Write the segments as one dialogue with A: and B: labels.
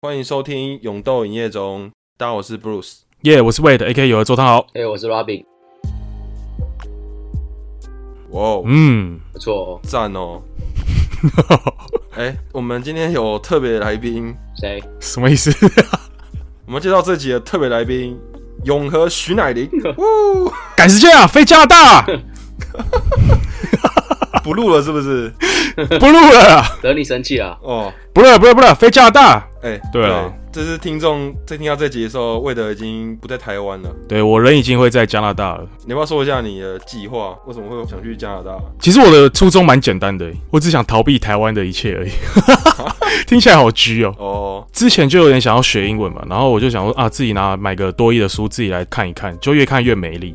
A: 欢迎收听《勇斗影业中》，大家好，我是 Bruce。
B: 耶我是 Wade，AK 有的周汤豪。
C: 哎、我是 Robin，
A: 哇哦，
B: 嗯，
C: 不错哦。
A: 赞哦！哎、我们今天有特别来宾，
C: 谁？
B: 什么意 思？
A: 我们介绍这集的特别来宾永和徐乃 麟。呜，
B: 赶时间啊，飞加拿 大，
A: 不录了是不是？
B: 不录了，
C: 惹你生气啊了？
A: 哦，
B: 不录了，不录了，不录了，飞加拿大。
A: 哎、
B: 对啊，
A: 这是听众在听到这集的时候，魏德已经不在台湾了。
B: 对我人已经会在加拿大了。
A: 你要不要说一下你的计划？为什么会想去加拿大？
B: 其实我的初衷蛮简单的，我只想逃避台湾的一切而已。 听起来好拘哦。
A: 哦，
B: 之前就有点想要学英文嘛，然后我就想说啊，自己拿买个多益的书自己来看一看，就越看越没力。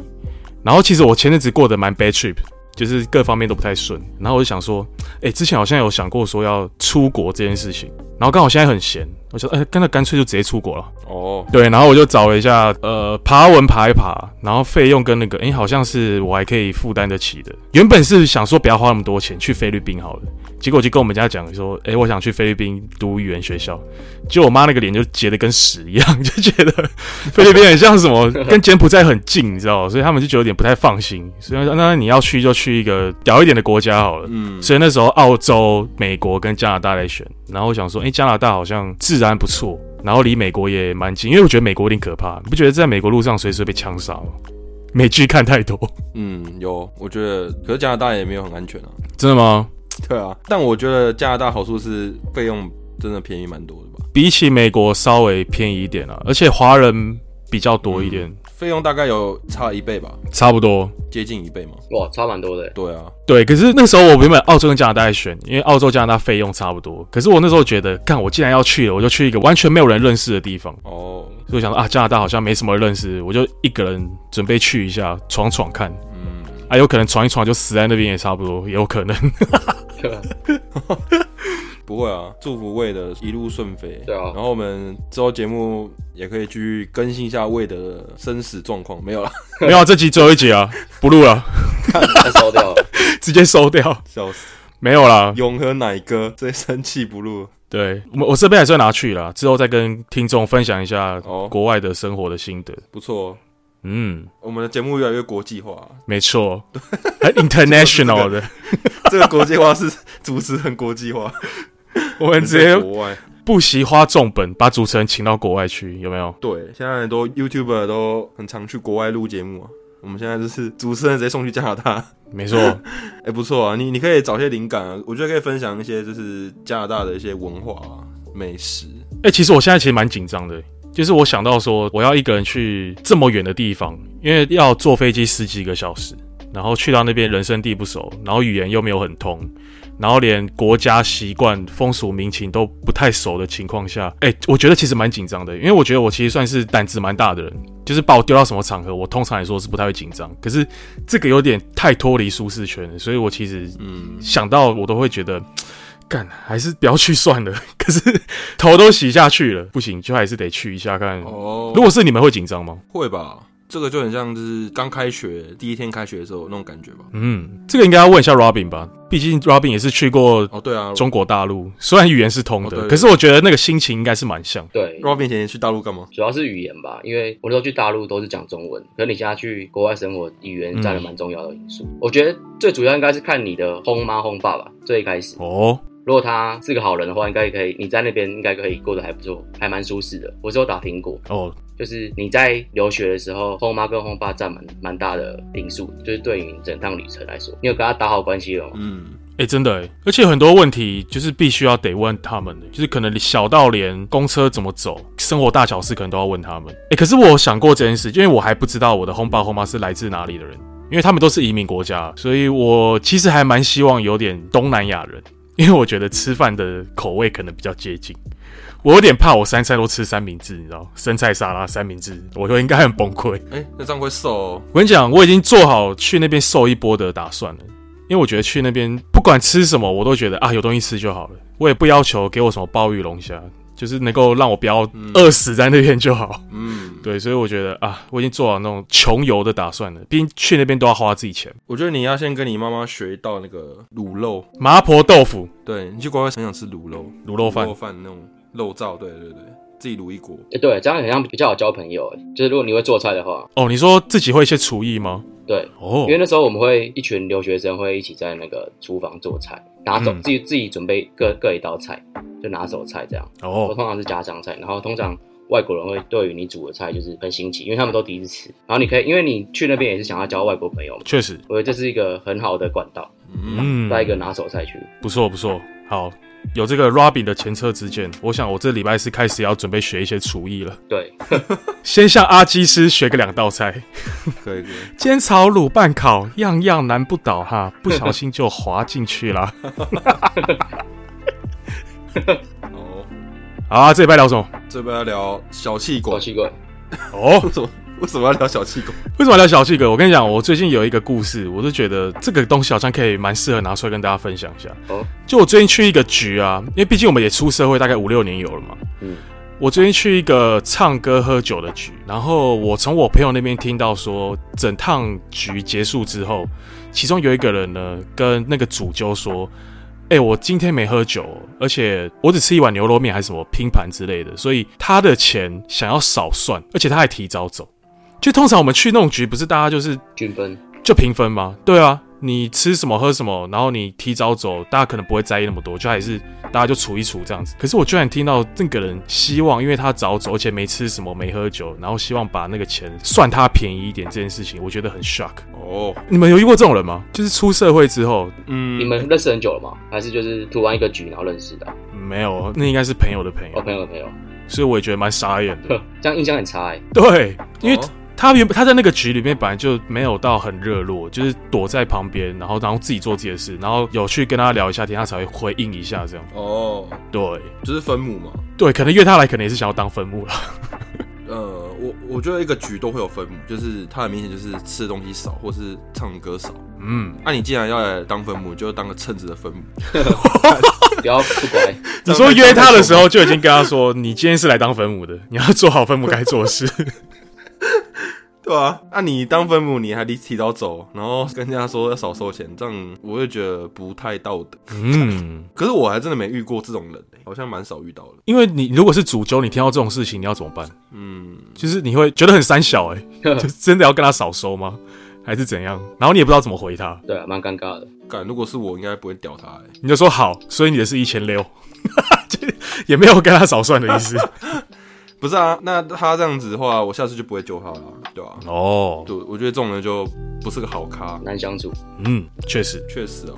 B: 然后其实我前阵子过得蛮 bad trip，就是各方面都不太顺。然后我就想说，哎、之前好像有想过说要出国这件事情，然后刚好现在很闲，我想，哎、干那干脆就直接出国了。
A: 哦，
B: 对，然后我就找了一下，呃，爬文爬一爬，然后费用跟那个，诶，好像是我还可以负担得起的。原本是想说不要花那么多钱去菲律宾好了，结果我就跟我们家讲说，诶，我想去菲律宾读语言学校，结果我妈那个脸就结得跟屎一样， 就觉得菲律宾很像什么，跟柬埔寨很近，你知道，所以他们就觉得有点不太放心，所以她说啊那你要去就去一个屌一点的国家好了。
A: 嗯，
B: 所以那时候澳洲、美国跟加拿大来选，然后我想说，哎、加拿大好像治安不错，然后离美国也蛮近，因为我觉得美国有点可怕，你不觉得在美国路上随时被枪杀吗？美剧看太多，
A: 嗯，有，我觉得，可是加拿大也没有很安全啊。
B: 真的吗？
A: 对啊，但我觉得加拿大好处是费用真的便宜蛮多的吧，
B: 比起美国稍微便宜一点啊，而且华人比较多一点，
A: 费用大概有差一倍吧，
B: 差不多。
A: 接近一倍嘛。
C: 哇，差蛮多的。
A: 对啊，
B: 对，可是那时候我原本澳洲跟加拿大在选，因为澳洲、加拿大费用差不多。可是我那时候觉得，干，我既然要去了，我就去一个完全没有人认识的地方。
A: 哦，
B: 所以我想说啊，加拿大好像没什么认识，我就一个人准备去一下闯闯看。
A: 嗯，
B: 啊，有可能闯一闯就死在那边也差不多，也有可能。
A: 不会啊，祝福魏的一路顺飞。
C: 对啊
A: 然后我们之后节目也可以继续更新一下魏的生死状况，没有 啦，
B: 没有、啊，这集最后一集啊，不录了，
C: 他烧掉了。
B: 直接收掉，
A: 笑死，
B: 没有啦。
A: 永和奶哥最生气不录
B: 对，我我这边还是会拿去啦，之后再跟听众分享一下
A: 哦
B: 国外的生活的心得。
A: 不错哦，
B: 嗯，
A: 我们的节目越来越国际化，
B: 没错，很 international 的，
A: 这个国际化是主持很国际化，
B: 我们直
A: 在
B: 接
A: 国外。
B: 不惜花重本把主持人请到国外去，有没有？
A: 对，现在很多 YouTuber 都很常去国外录节目啊。我们现在就是主持人直接送去加拿大，
B: 没错，
A: 哎、不错啊，你你可以找些灵感啊，我觉得可以分享一些就是加拿大的一些文化啊、美食。
B: 哎、其实我现在其实蛮紧张的，就是我想到说我要一个人去这么远的地方，因为要坐飞机十几个小时，然后去到那边人生地不熟，然后语言又没有很通，然后连国家习惯、风俗民情都不太熟的情况下，哎、我觉得其实蛮紧张的，因为我觉得我其实算是胆子蛮大的人，就是把我丢到什么场合，我通常来说是不太会紧张，可是这个有点太脱离舒适圈了，所以我其实
A: 嗯，
B: 想到我都会觉得，干还是不要去算了。 可是头都洗下去了，不行，就还是得去一下看。
A: 哦
B: 如果是你们会紧张吗？
A: 会吧，这个就很像就是刚开学第一天开学的时候那种感觉吧。
B: 嗯，这个应该要问一下 Robin 吧，毕竟 Robin 也是去过
A: 哦，对啊，
B: 中国大陆，虽然语言是通
A: 哦
B: 的，
A: 对对
B: 可是我觉得那个心情应该是蛮像。
C: 对，
A: Robin 姐姐去大陆干嘛？
C: 主要是语言吧，因为我那时候去大陆都是讲中文，可是你现在去国外生活，语言占了蛮重要的因素。我觉得最主要应该是看你的轰妈轰爸吧。最一开始，
B: 哦，
C: 如果他是个好人的话，应该也可以，你在那边应该可以过得还不错，还蛮舒适的。我是有打听过，
B: 哦，
C: 就是你在留学的时候，后妈跟后爸占蛮蛮大的因素，就是对你整趟旅程来说，你有跟他打好关系了吗？
A: 嗯，
B: 哎、真的、欸，而且有很多问题就是必须要得问他们的，就是可能小到连公车怎么走、生活大小事，可能都要问他们。哎、可是我有想过这件事，因为我还不知道我的轰爸轰妈是来自哪里的人，因为他们都是移民国家，所以我其实还蛮希望有点东南亚人，因为我觉得吃饭的口味可能比较接近。我有点怕我三餐都吃三明治，你知道，生菜沙拉、三明治，我就应该很崩溃。
A: 哎、那这样会瘦、哦。
B: 我跟你讲，我已经做好去那边瘦一波的打算了，因为我觉得去那边不管吃什么，我都觉得啊有东西吃就好了，我也不要求给我什么鲍鱼龙虾，就是能够让我不要饿死在那边就好。
A: 嗯，
B: 对，所以我觉得啊，我已经做好那种穷游的打算了，毕竟去那边都要花自己钱。
A: 我觉得你要先跟你妈妈学一道那个卤肉，
B: 麻婆豆腐、
A: 对你去国外很想吃卤肉，
B: 卤肉饭
C: 哦
A: 卤肉，饭那种肉燥，对对对，自己卤一锅。
C: 哎，对，这样好像比较好交朋友。哎，就是如果你会做菜的话，
B: 哦，你说自己会一些厨艺吗？
C: 对，
B: 哦
C: 因为那时候我们会一群留学生会一起在那个厨房做菜，拿手、
B: 嗯
C: 自己自己准备各各一道菜，就拿手菜这样。我
B: 哦，
C: 通常是家常菜，然后通常外国人会对于你煮的菜就是很新奇，因为他们都第一次吃。然后你可以，因为你去那边也是想要交外国朋友嘛，
B: 确实，
C: 我觉得这是一个很好的管道，
A: 嗯，
B: 嗯，
C: 啊带一个拿手菜去。
B: 不错不错，好。有这个 Robin 的前车之鉴，我想我这礼拜是开始要准备学一些厨艺了。
C: 对，
B: 先向阿基师学个两道菜，
A: 可以可以。
B: 煎炒卤拌烤，样样难不倒哈，不小心就滑进去啦。
A: 哦，
B: 好啊，这礼拜聊什么？
A: 这边要聊小气
C: 我
A: 鬼，
C: 去过，
B: 哦，
A: 为什么为什么要聊小气鬼？
B: 为什么要聊小气哥？我跟你讲，我最近有一个故事，我就觉得这个东西好像可以蛮适合拿出来跟大家分享一下。
C: 哦
B: 就我最近去一个局啊，因为毕竟我们也出社会大概五六年有了嘛。
C: 嗯
B: 我最近去一个唱歌喝酒的局，然后我从我朋友那边听到说，整趟局结束之后，其中有一个人呢跟那个主揪说：“哎、我今天没喝酒，而且我只吃一碗牛肉面还是什么拼盘之类的，所以他的钱想要少算，而且他还提早走。就通常我们去那种局，不是大家就是
C: 均分，
B: 就平分吗？对啊，你吃什么喝什么，然后你提早走，大家可能不会在意那么多，就还是大家就处一处这样子。可是我居然听到那个人希望，因为他早走，而且没吃什么，没喝酒，然后希望把那个钱算他便宜一点这件事情，我觉得很 shock。
A: 哦，
B: 你们有遇过这种人吗？就是出社会之后
A: 嗯，
C: 你们认识很久了吗？还是就是突然一个局然后认识的？啊
B: 没有，那应该是朋友的朋
C: 哦，
B: 友，
C: 朋友的朋友，
B: 所以我也觉得蛮傻眼的。
C: 呵这样印象很差哎。
B: 对，因为
A: 哦
B: 他原本他在那个局里面本来就没有到很热络，就是躲在旁边，然后然后自己做自己的事，然后有去跟他聊一下天，他才会回应一下这样。
A: 哦，
B: 对
A: 就是分母嘛。
B: 对，可能约他来，可能也是想要当分母了。
A: 呃，我我觉得一个局都会有分母，就是他很明显就是吃的东西少，或是唱歌少。啊
B: 嗯，
A: 那、你既然要来当分母，就当个称职的分母。
C: 不要不乖，
B: 你说约他的时候就已经跟他说，你今天是来当分母的，你要做好分母该做的事。
A: 对啊，那、你当分母你还得提早走，然后跟人家说要少收钱，这样我就觉得不太道德。
B: 嗯，
A: 可是我还真的没遇过这种人、欸，好像蛮少遇到的。
B: 因为你如果是主揪，你听到这种事情，你要怎么办？
A: 嗯，
B: 就是你会觉得很三小哎、 就是真的要跟他少收吗？还是怎样？然后你也不知道怎么回他，
C: 对啊，蛮尴尬的。
A: 干，如果是我，应该不会屌他、欸。
B: 你就说好，所以你的是一千六， 就是也没有跟他少算的意思。
A: 不是啊，那他这样子的话，我下次就不会救他了，对吧、啊？
B: 哦，
A: 对，我觉得这种人就不是个好咖，
C: 难相处，
B: 嗯，确实，
A: 确实啊。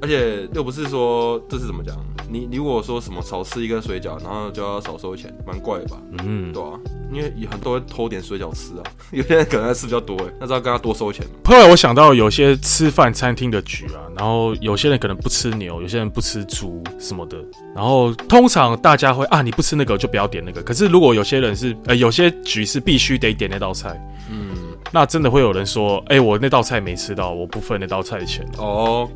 A: 而且又不是说这是怎么讲，你你如果说什么少吃一个水饺，然后就要少收钱，蛮怪的吧？
B: 嗯，
A: 对啊，因为有很多人偷点水饺吃啊， 有些人可能还吃比较多哎，那是要跟他多收钱。
B: 后来我想到有些吃饭餐厅的局啊，然后有些人可能不吃牛，有些人不吃猪什么的，然后通常大家会啊，你不吃那个就不要点那个。可是如果有些人是呃，有些局是必须得点那道菜，
A: 嗯，
B: 那真的会有人说，哎、我那道菜没吃到，我不分那道菜钱，
A: 哦，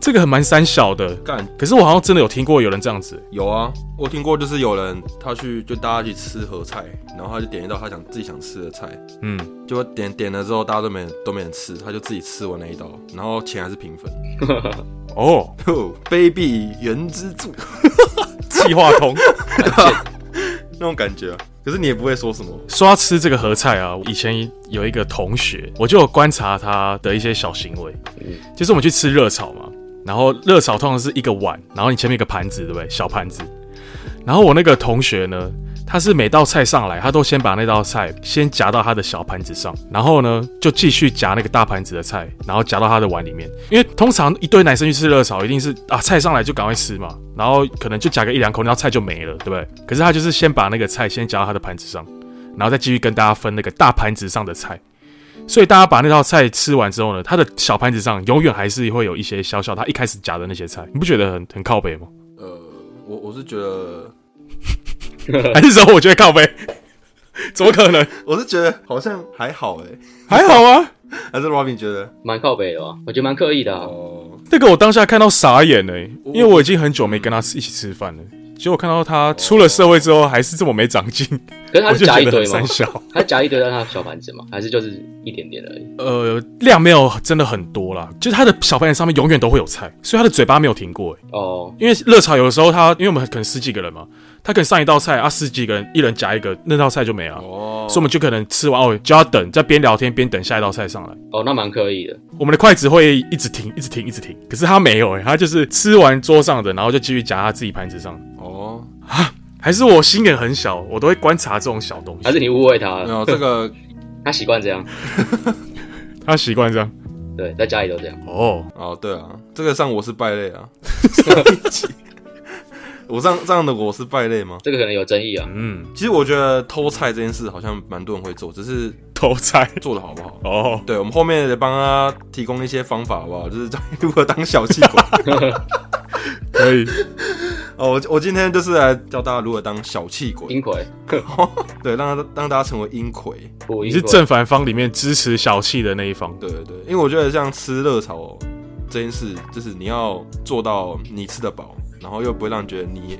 B: 这个很蛮三小的。
A: 干
B: 可是我好像真的有听过有人这样子，
A: 有啊，我听过就是有人他去就大家去吃合菜，然后他就点一道他想自己想吃的菜，
B: 嗯，
A: 结果点点了之后大家都没人都没人吃，他就自己吃完那一道，然后钱还是 平分。
B: 哦，
A: 哦，卑鄙原之助
B: 计划通。
A: 那种感觉、啊，可是你也不会说什么。
B: 说要吃这个合菜啊，我以前有一个同学，我就有观察他的一些小行为，
C: 嗯
B: 就是我们去吃热炒嘛，然后热炒通常是一个碗，然后你前面一个盘子，对不对？小盘子。然后我那个同学呢，他是每道菜上来，他都先把那道菜先夹到他的小盘子上，然后呢就继续夹那个大盘子的菜，然后夹到他的碗里面。因为通常一堆男生去吃热炒，一定是啊菜上来就赶快吃嘛，然后可能就夹个一两口，然后菜就没了，对不对？可是他就是先把那个菜先夹到他的盘子上，然后再继续跟大家分那个大盘子上的菜。所以大家把那道菜吃完之后呢，他的小盘子上永远还是会有一些小小他一开始夹的那些菜，你不觉得很很靠北吗？
A: 呃，我我是觉得，
B: 还是说我觉得靠北？ 怎么可能？
A: 我是觉得好像还好哎、
B: 还好 啊。
A: 还是 Robin 觉得
C: 蛮靠北的吧？我觉得蛮刻意的啊。
A: 哦、
B: 欸那个我当下看到傻眼了，因为我已经很久没跟他一起吃饭了。结果看到他出了社会之后还是这么没长进，
C: 可是他
B: 我
C: 是
B: 就
C: 夹
B: 觉
C: 一
B: 得很
C: 堆吗
B: 三？小。
C: 他夹一堆在他的小盘子吗？还是就是一点点而已？
B: 呃，量没有真的很多啦，就是他的小盘子上面永远都会有菜，所以他的嘴巴没有停过、欸。
C: 哦，
B: 因为热炒有的时候他，因为我们可能十几个人嘛，他可能上一道菜啊，十几个人一人夹一个，那道菜就没了、
A: 哦
B: 所以我们就可能吃完哦，就要等，在边聊天边等下一道菜上来。
C: 哦，那蛮可以的。
B: 我们的筷子会一直停，一直停，一直停。可是他没有、欸，他就是吃完桌上的，然后就继续夹他自己盘子上。
A: 哦，
B: 还是我心眼很小，我都会观察这种小东西。
C: 还是你误会他
A: 没
C: 了？
A: 有这个
C: 他习惯这样，
B: 他习惯这样？
C: 对，在家里都这样。
B: 哦，
A: 哦，对啊，这个上我是败类啊， 我上这样的我是败类吗？
C: 这个可能有争议啊。
B: 嗯，
A: 其实我觉得偷菜这件事好像蛮多人会做，只是
B: 偷菜
A: 做的好不好。
B: 哦，
A: 对，我们后面得帮他提供一些方法，好不好？就是教你如何当小气鬼。
B: 可 以。
A: 哦，我我今天就是来教大家如何当小气鬼，
C: 英奎
A: 对，让他让大家成为阴魁。
C: 不，
B: 你
C: 英
B: 是
C: 奎
B: 正反方里面支持小气的那一方。
A: 对对对，因为我觉得像吃热炒这件事，就是你要做到你吃得饱，然后又不会让觉得你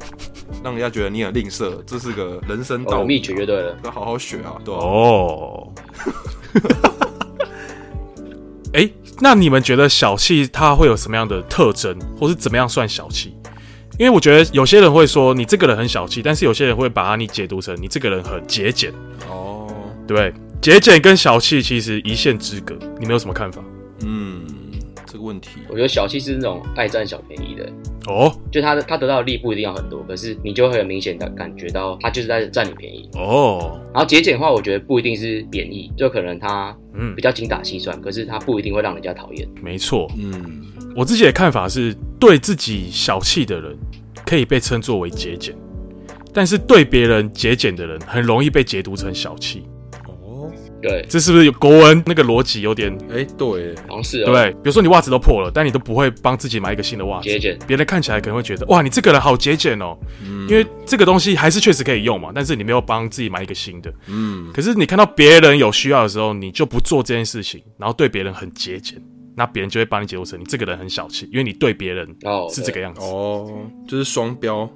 A: 让人家觉得你很吝啬，这是个人生
C: 哦
A: 道
C: 有秘
A: 理。
C: 诀就对了。
A: 要好好学啊，对吧、
B: 哦， 哎、那你们觉得小气它会有什么样的特征，或是怎么样算小气？因为我觉得有些人会说你这个人很小气，但是有些人会把它你解读成你这个人很节俭，
A: 哦，
B: 对不对？节俭跟小气其实一线之隔，你们有什么看法？
A: 嗯，这个问题，
C: 我觉得小气是那种爱占小便宜的，
B: 哦
C: 就他的他得到的利不一定要很多，可是你就会很明显的感觉到他就是在占你便宜。
B: 哦，
C: 然后节俭的话，我觉得不一定是贬义，就可能他
B: 嗯
C: 比，较精打细算，可是他不一定会让人家讨厌。
B: 没错。
A: 嗯，
B: 我自己的看法是，对自己小气的人可以被称作为节俭，但是对别人节俭的人很容易被解读成小气。
A: 哦，
C: 对，
B: 这是不是有国文那个逻辑有点
A: 哎、对，
C: 好像是哦。
B: 对？比如说你袜子都破了，但你都不会帮自己买一个新的袜子
C: 节，俭，
B: 别人看起来可能会觉得哇，你这个人好节俭哦，
A: 嗯
B: 因为这个东西还是确实可以用嘛，但是你没有帮自己买一个新的。
A: 嗯，
B: 可是你看到别人有需要的时候，你就不做这件事情，然后对别人很节俭，那别人就会把你解读成你这个人很小气，因为你对别人
C: 哦，
B: 是这个样子。
A: 哦，就是双标，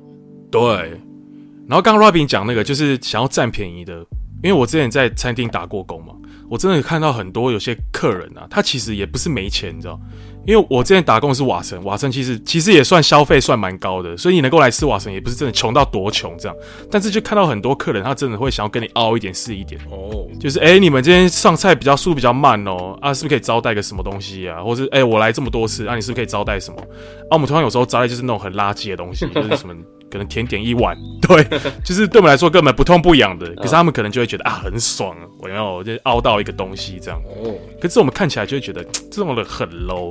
B: 对。然后刚刚 Robin 讲那个，就是想要占便宜的，因为我之前在餐厅打过工嘛，我真的看到很多有些客人啊，他其实也不是没钱，你知道。因为我之前打工是瓦城，瓦城其实其实也算消费算蛮高的，所以你能够来吃瓦城也不是真的穷到多穷这样，但是就看到很多客人他真的会想要跟你凹一点是一点，
A: 哦，
B: 就是哎、诶你们今天上菜比较速度比较慢哦，啊，是不是可以招待个什么东西啊？或是哎、诶我来这么多次，啊，你是不是可以招待什么？啊，我们通常有时候招待就是那种很垃圾的东西，就是什么可能甜点一碗，对，就是对我们来说根本不痛不痒的，可是他们可能就会觉得啊很爽，我要就是凹到一个东西这样，
A: 哦，
B: 可是我们看起来就会觉得嘖这种人很 low，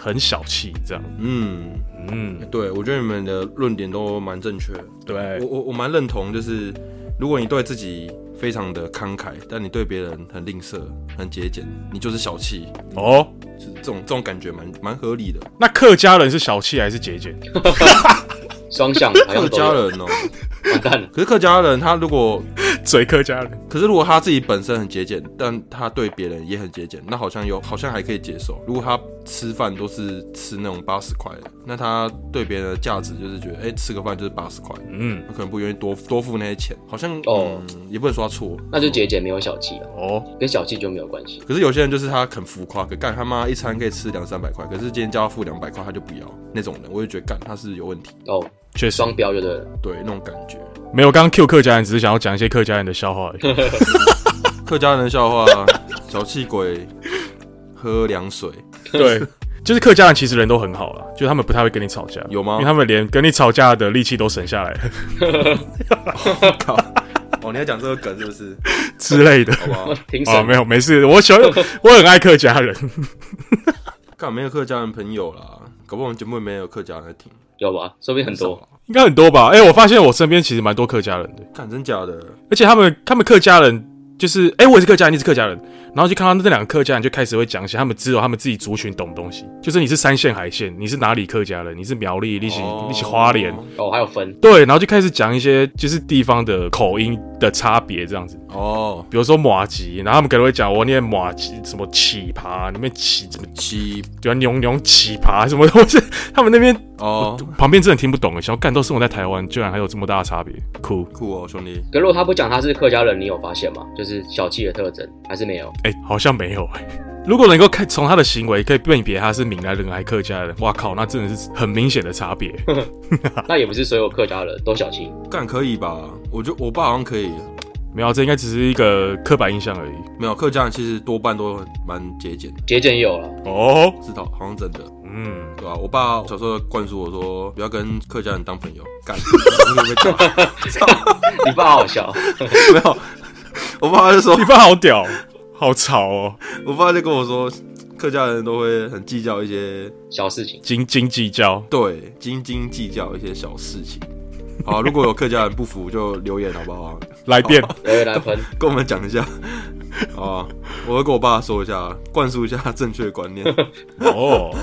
B: 很小气这样，
A: 嗯，
B: 嗯，
A: 对，我觉得你们的论点都蛮正确的，
B: 对
A: 我，我我蛮认同，就是如果你对自己非常的慷慨，但你对别人很吝啬、很节俭，你就是小气，
B: 哦，
A: 就是这种这种感觉蛮蛮合理的。
B: 那客家人是小气还是节俭？
C: 双向，好
A: 客
C: 像都
A: 家
C: 有
A: 人哦、
C: 完蛋了。
A: 可是客家人他如果，
B: 嘴客家人，
A: 可是如果他自己本身很节俭，但他对别人也很节俭，那好像有好像还可以接受。如果他吃饭都是吃那种八十块的，那他对别人的价值就是觉得，哎、吃个饭就是八十块。
B: 嗯，
A: 他可能不愿意多多付那些钱，好像
C: 哦
A: 哦、嗯也不能说他错，
C: 那就节俭没有小气了，
B: 哦，
C: 跟小气就没有关系。
A: 可是有些人就是他很浮夸，可干他妈一餐可以吃两三百块，可是今天叫他付两百块他就不要那种人，我就觉得干他是有问题，
C: 哦，
B: 确实。
C: 双标就对了。
A: 对那种感 觉。
B: 没有，刚刚 Q 客家人只是想要讲一些客家人的笑话 而已。
A: 客家人笑话， 小气鬼喝凉水
B: 对，就是客家人其实人都很好啦，啊就他们不太会跟你吵架，
A: 有
B: 因
A: 吗
B: 为？他们连跟你吵架的力气都省下 来了
A: 靠！哦，你要讲这个梗是不是？
B: 之类的。
A: 好不好？
C: 听
B: 啊，
C: 审
B: 没有，没事，我喜欢，我很爱客家人。
A: 干没有客家人朋友啦，搞不好我们节目里面有客家人在听，
C: 有吧？说不定很多。
B: 应该很多吧？哎、我发现我身边其实蛮多客家人的，
A: 干真假的？
B: 而且他们他们客家人就是，哎、我也是客家人，你是客家人，然后就看到那两个客家人就开始会讲一些他们只有他们自己族群懂的东西，就是你是三线海线，你是哪里客家人，你是苗栗，你是、
A: 哦
B: 你是花莲，
C: 哦，还有分
B: 对，然后就开始讲一些就是地方的口音的差别这样子。
A: 哦，
B: 比如说马吉，然后他们可能会讲我念马吉什么起爬，那边起什么，
A: 七
B: 就牛牛起爬什么东西，他们那边
A: 哦，
B: 旁边真的听不懂诶，想要干都生活在台湾，居然还有这么大的差别，酷
A: 酷哦，兄弟，
C: 可如果他不讲他是客家人，你有发现吗？就是小气的特征，还是没 有？
B: 哎、好像没有哎、如果能够看从他的行为可以辨别他是闽南人还是客家人，哇靠，那真的是很明显的差别。
C: 那也不是所有客家人都小气。
A: 干可以吧？我觉得我爸好像可以，
B: 没有，这应该只是一个刻板印象而已。
A: 没有客家人其实多半都蛮节俭的，
C: 节俭也有了，
B: 哦，
A: 知道好像真的，
B: 嗯，
A: 对吧、啊我爸小时候灌输我说，不要跟客家人当朋友，干， 我会被打
C: 你爸 好笑，
A: 没有，我爸就说
B: 你，爸好屌，好吵哦，
A: 我爸就跟我说，客家人都会很计较一些
C: 小事情。
B: 斤斤计较。
A: 对，斤斤计较一些小事情。好，如果有客家人不服，就留言好不好？
B: 来电，
A: 哦
C: 有人来喷，
A: 跟我们讲一下。好啊，我会跟我爸说一下，灌输一下正确的观念，
B: 哦，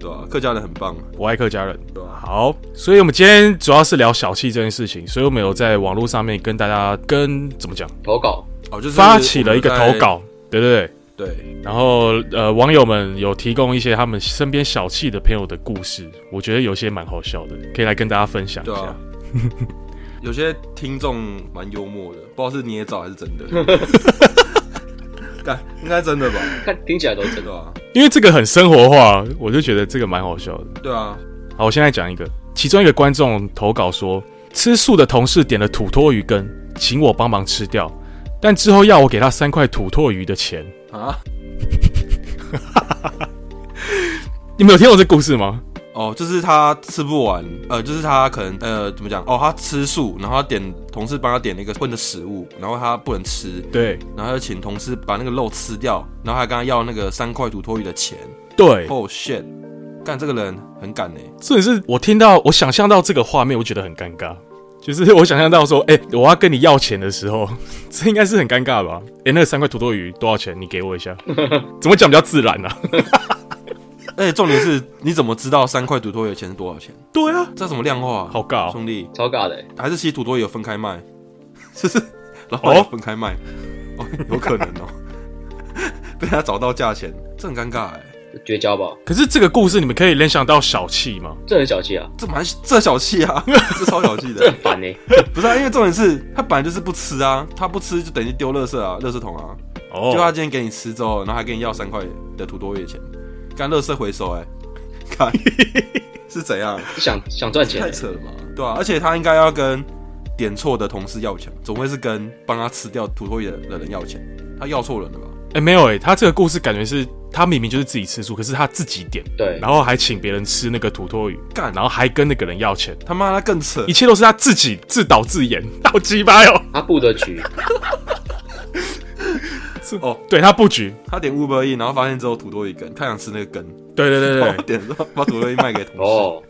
A: 对吧、客家人很棒，
B: 我爱客家人。
A: 对啊吧、
B: 好，所以我们今天主要是聊小气这件事情，所以我们有在网络上面跟大家跟怎么讲，
C: 投稿
A: 哦，就是
B: 发起了一个投，稿，对对对。
A: 对，
B: 然后呃，网友们有提供一些他们身边小气的朋友的故事，我觉得有些蛮好笑的，可以来跟大家分享一
A: 对
B: 下。
A: 啊。 有些听众蛮幽默的，不知道是捏造还是真 的。干，应该真的吧？
C: 看听起来都真
A: 对啊
C: 的。
A: 吧、
B: 因为这个很生活化，我就觉得这个蛮好笑的。
A: 对啊，
B: 好，我现在讲一个，其中一个观众投稿说，吃素的同事点了土托鱼羹，请我帮忙吃掉，但之后要我给他三块土托鱼的钱。
A: 啊，
B: 你们有听过这故事吗？
A: 哦，就是他吃不完，呃，就是他可能呃怎么讲？哦，他吃素，然后他点同事帮他点了一个荤的食物，然后他不能吃，
B: 对
A: 然后他就请同事把那个肉吃掉，然后还跟他要那个三块土托鱼的钱。
B: 对，
A: Oh shit！干这个人很敢呢、欸
B: 这也是我听到，我想象到这个画面，我觉得很尴尬。就是我想象到说，哎、我要跟你要钱的时候， 这应该是很尴尬吧？哎、那个三块土豆鱼多少钱？你给我一 下，怎么讲比较自然呢、啊？
A: 而且重点是，你怎么知道三块土托鱼的钱是多少钱？
B: 对啊，
A: 这什么量化、
B: 好尬哦
A: 兄弟，
C: 超尬的欸、
A: 还是其实土托鱼有分开卖，就是老板有分开卖，哦，有可能哦、 被他找到价钱，这很尴尬哎、
C: 绝交吧，
B: 可是这个故事你们可以联想到小气吗？
C: 这很小气啊，
A: 这蛮这小气啊，这超小气
C: 这
A: 的
C: 很，烦呢、欸
A: 不是啊？因为重点是他本来就是不吃啊，他不吃就等于丢垃圾啊，垃圾桶啊。
B: 哦、
A: 就他今天给你吃之后，然后还跟你要三块的土多月钱，干垃圾回收哎、看是怎样？
C: 想想赚钱欸、
A: 太扯了吧？对啊，而且他应该要跟点错的同事要钱，总会是跟帮他吃掉土多月的人要钱，他要错人了吧？
B: 哎、没有哎、他这个故事感觉是他明明就是自己吃素，可是他自己点，
C: 对
B: 然后还请别人吃那个土托鱼，
A: 干
B: 然后还跟那个人要钱，
A: 他妈他更扯
B: 一，切都是他自己自导自演，好鸡巴哟！
C: 他布的局，
B: 对他布局，
A: 他点 Uber E，然后发现之后土多一根，他想吃那个根，
B: 对 对对对
A: 然后，点之后把土多一卖给同事，
C: 哦，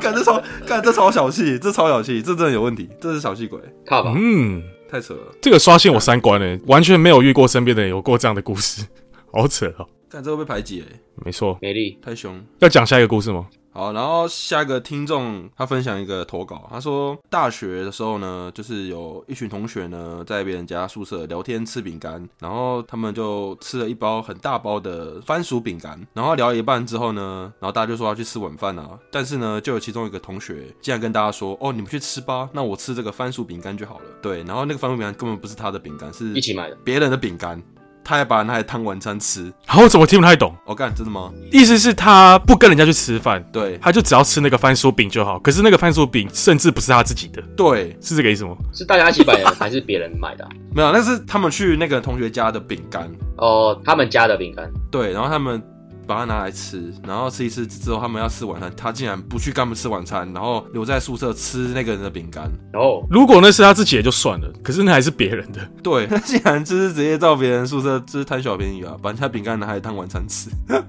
A: 干这超干这超小气，这超小气，这真的有问题，这是小气鬼，
C: 卡吧，
B: 嗯。
A: 太扯了，
B: 这个刷新我三观呢，完全没有遇过身边的人有过这样的故事，好扯哦。
A: 干这会被排挤、欸，
B: 没错，
C: 美丽，
A: 太凶。
B: 要讲下一个故事吗？
A: 好，然后下一个听众他分享一个投稿，他说大学的时候呢，就是有一群同学呢在别人家宿舍聊天吃饼干，然后他们就吃了一包很大包的番薯饼干，然后聊一半之后呢，然后大家就说要去吃晚饭啊，但是呢，就有其中一个同学竟然跟大家说，哦，你们去吃吧，那我吃这个番薯饼干就好了。对，然后那个番薯饼干根本不是他的饼干，是
C: 一起买的，
A: 别人的饼干，他还把那还当晚餐吃。
B: 然后我怎么听不太懂？
A: 我、哦、干，真的吗？
B: 意思是他不跟人家去吃饭，
A: 对
B: 他就只要吃那个番薯饼就好。可是那个番薯饼甚至不是他自己的，
A: 对，
B: 是这个意思吗？
C: 是大家一起买的还是别人买的啊、
A: 没有，那是他们去那个同学家的饼干，
C: 哦，他们家的饼干，
A: 对，然后他们把它拿来吃，然后吃一吃之后，他们要吃晚餐，他竟然不去跟他们吃晚餐，然后留在宿舍吃那个人的饼干，
C: 然后
B: 如果那是他自己的就算了，可是那还是别人的，
A: 对，他 竟然就是直接到别人宿舍就是贪小便宜啊，把人家饼干拿来当晚餐吃，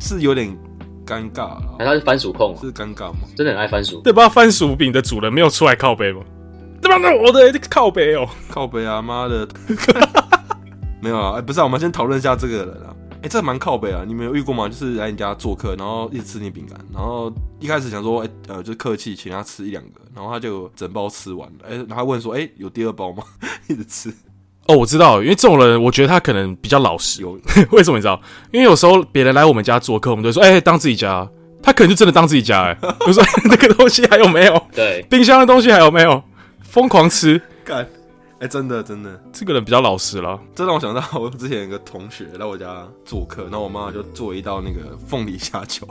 A: 是有点尴尬
C: 难
A: 啊，
C: 道是番薯控、啊？
A: 是尴尬吗？
C: 真的很爱番薯，
B: 对吧？番薯饼的主人没有出来靠背吗？对吧？那我的靠背哦，
A: 靠北啊，妈的，没有啊，哎不是、啊，我们先讨论一下这个人啊。哎、这蛮靠北啊！你们有遇过吗？就是来你家做客，然后一直吃你饼干，然后一开始想说，哎、呃，就客气，请他吃一两个，然后他就整包吃完了，哎、然后他问说，哎、有第二包吗？ 一直吃，
B: 哦，我知道，因为这种人，我觉得他可能比较老实。哦
A: 有
B: 为什么你知道？因为有时候别人来我们家做客，我们就说：“哎、当自己家。”他可能就真的当自己家、 哎，我说那个东西还有没有？
C: 对，
B: 冰箱的东西还有没有？疯狂吃，
A: 干，哎、真的真的，
B: 这个人比较老实 了。
A: 这让我想到我之前有个同学来我家做客，然后我妈就做了一道那个凤梨虾球，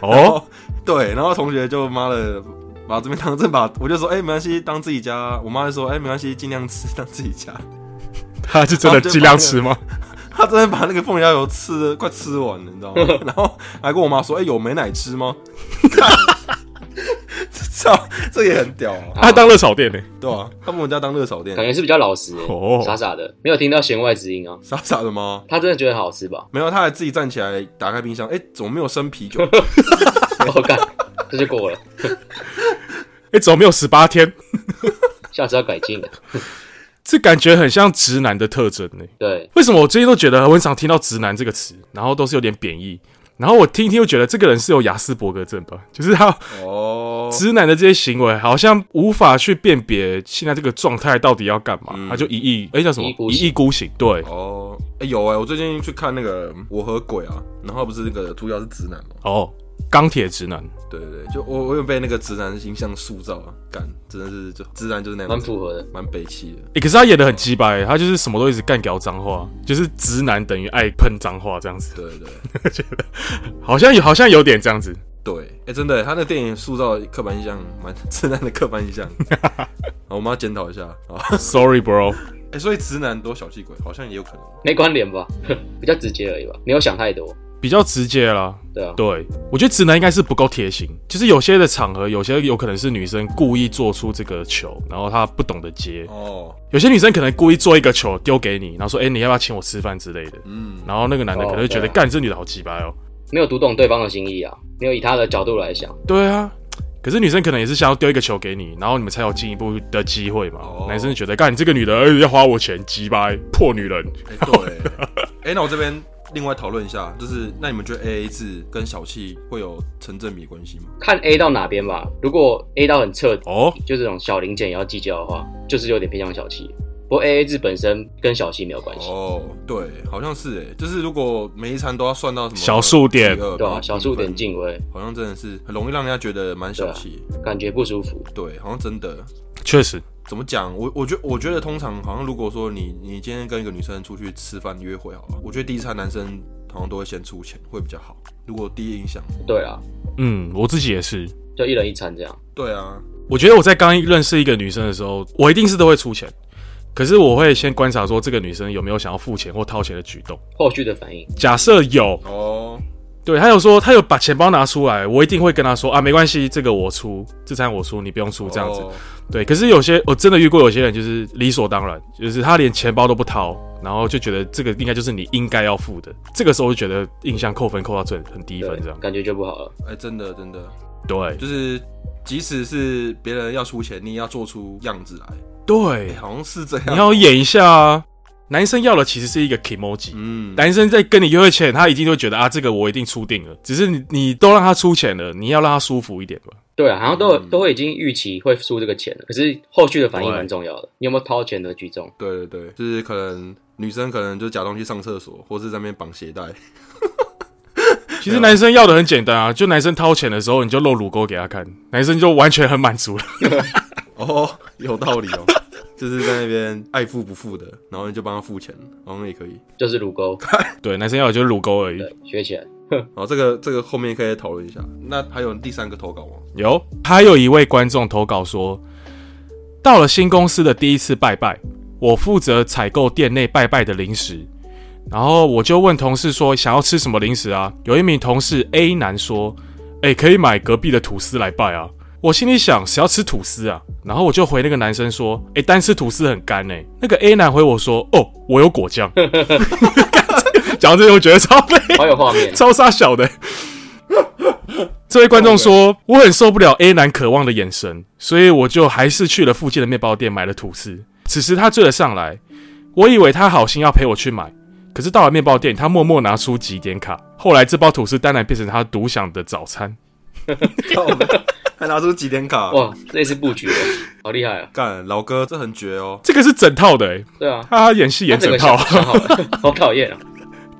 B: 哦，，
A: 对，然后同学就妈的把这边当正把，我就说，哎、没关系，当自己家。我妈就说，哎、没关系，尽量吃， 当自己家。
B: 他是真的尽量吃吗？
A: 他真的把那个凤梨虾球吃的快吃完了，你知道吗？然后还跟我妈说，哎、有美奶吃吗？ 操，这也很屌啊，
B: 他当热炒店呢、
A: 对啊，他们我们家当热炒店
C: 感，觉是比较老实、欸
B: 哦
C: 傻傻的，没有听到弦外之音啊。
A: 傻傻的吗？
C: 他真的觉得很好吃吧？
A: 没有，他还自己站起来打开冰箱，哎、怎么没有生啤酒？
C: 我哦干，这就过了，
B: 哎、怎么没有十八天？
C: 下次要改进了。
B: 这感觉很像直男的特征呢、
C: 对，
B: 为什么我最近都觉得我很常听到“直男”这个词，然后都是有点贬义，然后我听一听又觉得这个人是有雅斯伯格症吧？ 就是他
A: 哦，
B: 直男的这些行为，好像无法去辨别现在这个状态到底要干嘛，他就一意哎、叫什么
C: 嗯一意孤
B: 一
C: 行
B: 意孤行，对，
A: 哦，哎、有哎、我最近去看那个《我和鬼》啊，然后不是那个主角是直男嘛？
B: 哦，钢铁直男，
A: 对对对，就我我有被那个直男形象塑造啊，干真的是就直男就是那样，
C: 蛮符合的，
A: 蛮北气的。
B: 哎、可是他演的很鸡掰、他就是什么都一直干屌脏话，就是直男等于爱喷脏话这样子，
A: 对对 对
B: 好像有好像有点这样 子，
A: 对，哎、真的、他那电影塑造的刻板印象蛮直男的刻板印 象，好， 我们要检讨一下啊。
B: Sorry bro，
A: 哎、所以直男都小气鬼，好像也有可能。
C: 没关联吧？ 比较直接而已吧，没有想太多。
B: 比较直接啦。
C: 对啊，
B: 对，我觉得直男应该是不够贴心，就是有些的场合，有些有可能是女生故意做出这个球，然后他不懂得接，
A: 哦，
B: 有些女生可能故意做一个球丢给你，然后说：“哎、你要不要请我吃饭之类的？”
A: 嗯，
B: 然后那个男的可能会觉得，
C: 哦对啊
B: 干、这女的好鸡掰哦。
C: 没有读懂对方的心意啊，没有以他的角度来想，
B: 对啊，可是女生可能也是想要丢一个球给你，然后你们才有进一步的机会嘛。
A: 哦
B: 男生就觉得，干你这个女的、哎要花我钱，鸡掰破女人。
A: 哎、对， 哎、那我这边另外讨论一下，就是那你们觉得 A A 制跟小气会有成正比关系吗？
C: 看 A 到哪边吧。如果 A 到很彻底，
B: 哦，
C: 就这种小零件也要计较的话，就是有点偏向小气。不过 A A 制本身跟小气没有关系，
A: 哦，对，好像是哎，就是如果每一餐都要算到什么
B: 小数点
A: 1
C: 对啊，小数点，
A: 1
C: 进位，
A: 好像真的是很容易让人家觉得蛮小气。
C: 感觉不舒服。
A: 对，好像真的。
B: 确实，
A: 怎么讲？我我觉我觉得通常好像如果说你你今天跟一个女生出去吃饭约会好了，我觉得第一餐男生好像都会先出钱会比较好。如果第一印象，
C: 对啊，
B: 嗯，我自己也是。
C: 就一人一餐这样。
A: 对啊，
B: 我觉得我在刚认识一个女生的时候，我一定是都会出钱，可是我会先观察说这个女生有没有想要付钱或掏钱的举动。
C: 后续的反应，
B: 假设有，
A: 哦，
B: 对，他有说他有把钱包拿出来，我一定会跟他说啊，没关系，这个我出，这餐我出，你不用出这样子。
A: 哦
B: 对，可是有些我真的遇过有些人就是理所当然，就是他连钱包都不掏，然后就觉得这个应该就是你应该要付的，这个时候我就觉得印象扣分扣到最很低
C: 对
B: 分这样。，
C: 感觉就不好了。
A: 哎、真的真的，
B: 对
A: 就是即使是别人要出钱，你也要做出样子来。哎、
B: 对，
A: 好像是这样。
B: 你要演一下啊。男生要的其实是一个 emoji，、
A: 嗯，
B: 男生在跟你约会前，他一定会觉得啊，这个我一定出定了，只是你你都让他出钱了，你要让他舒服一 点吧。
C: 对啊，好像都有
A: 嗯
C: 都会已经预期会输这个钱了，可是后续的反应
B: 对
C: 蛮重要的。你有没有掏钱的举重？
A: 嗯对对对，就是可能女生可能就假装去上厕所，或是在那边绑鞋带。
B: 其实男生要的很简单啊，就男生掏钱的时候，你就露乳沟给他看，男生就完全很满足了。
A: 哦，有道 理哦，就是在那边爱付不付的，然后你就帮他付钱，好像也可以。
C: 就是乳沟，
B: 对，男生要的就是乳沟而已。
C: 对，学起来。
A: 好，这个这个后面可以讨论一下。那还有第三个投稿吗？
B: 有，还有一位观众投稿说，到了新公司的第一次拜拜，我负责采购店内拜拜的零食，然后我就问同事说想要吃什么零食啊？有一名同事 A 男说，哎、可以买隔壁的吐司来拜啊。我心里想，谁要吃吐司啊？然后我就回那个男生说，哎、单吃吐司很干哎、那个 A 男回我说，哦，我有果酱。 讲到这里，我觉得超悲，
C: 好有画面
B: 超傻小的。这位观众说：“我很受不了 A 男渴望的眼神，所以我就还是去了附近的面包店买了吐司。此时他追了上来，我以为他好心要陪我去买，可是到了面包店，他默默拿出几点卡，后来这包吐司当然变成他独享的早餐。
A: 靠北哦还拿出几点卡，
C: 哇，这也是布局的，好厉害啊！
A: 干老哥这很绝哦，
B: 这个是整套的、欸，
C: 对啊，
B: 他演戏演
C: 他整
B: 整套
C: 个想，想好了， 好讨厌啊！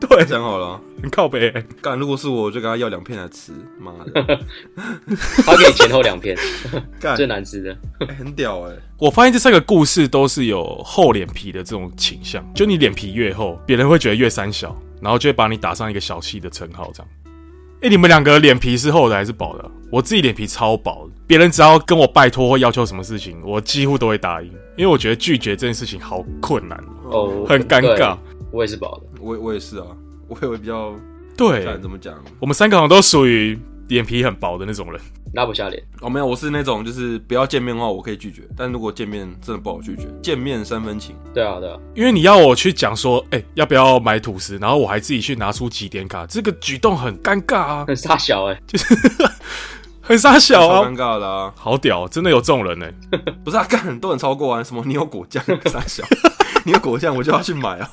B: 对，
A: 讲好了，
B: 很靠北、欸。
A: 干如果是我，我就跟他要两片来吃，妈 的，
C: 他给你前 后两片，
B: 哎
A: 干
C: 最难吃的。
A: 欸很屌哎，
B: 我发现这三个故事都是有厚脸皮的这种倾向，就你脸皮越厚，别人会觉得越三小，然后就会把你打上一个小气的称号，这样。哎、你们两个脸皮是厚的还是薄的啊？我自己脸皮超薄的，别人只要跟我拜托或要求什么事情，我几乎都会答应，因为我觉得拒绝这件事情好困难，
C: 哦，
B: 很尴尬。
C: 对，我也是饱的。
A: 我我也是啊，我也会比较，
B: 对，
A: 干怎么讲？
B: 我们三个好像都属于脸皮很薄的那种人。
C: 拉不下脸，
A: 哦，没有，我是那种就是不要见面的话，我可以拒绝，但如果见面真的不好拒绝，见面三分情，
C: 对啊，对啊，
B: 因为你要我去讲说，哎、要不要买吐司，然后我还自己去拿出几点卡，这个举动很尴尬啊，
C: 很傻小哎、
B: 很傻小
A: 超
B: 啊
A: 尴，尬的啊，
B: 好屌，真的有这种人呢、欸
A: 不是啊， 干很多人超过啊，什么你有果 酱傻小， 你有果酱我就要去买啊，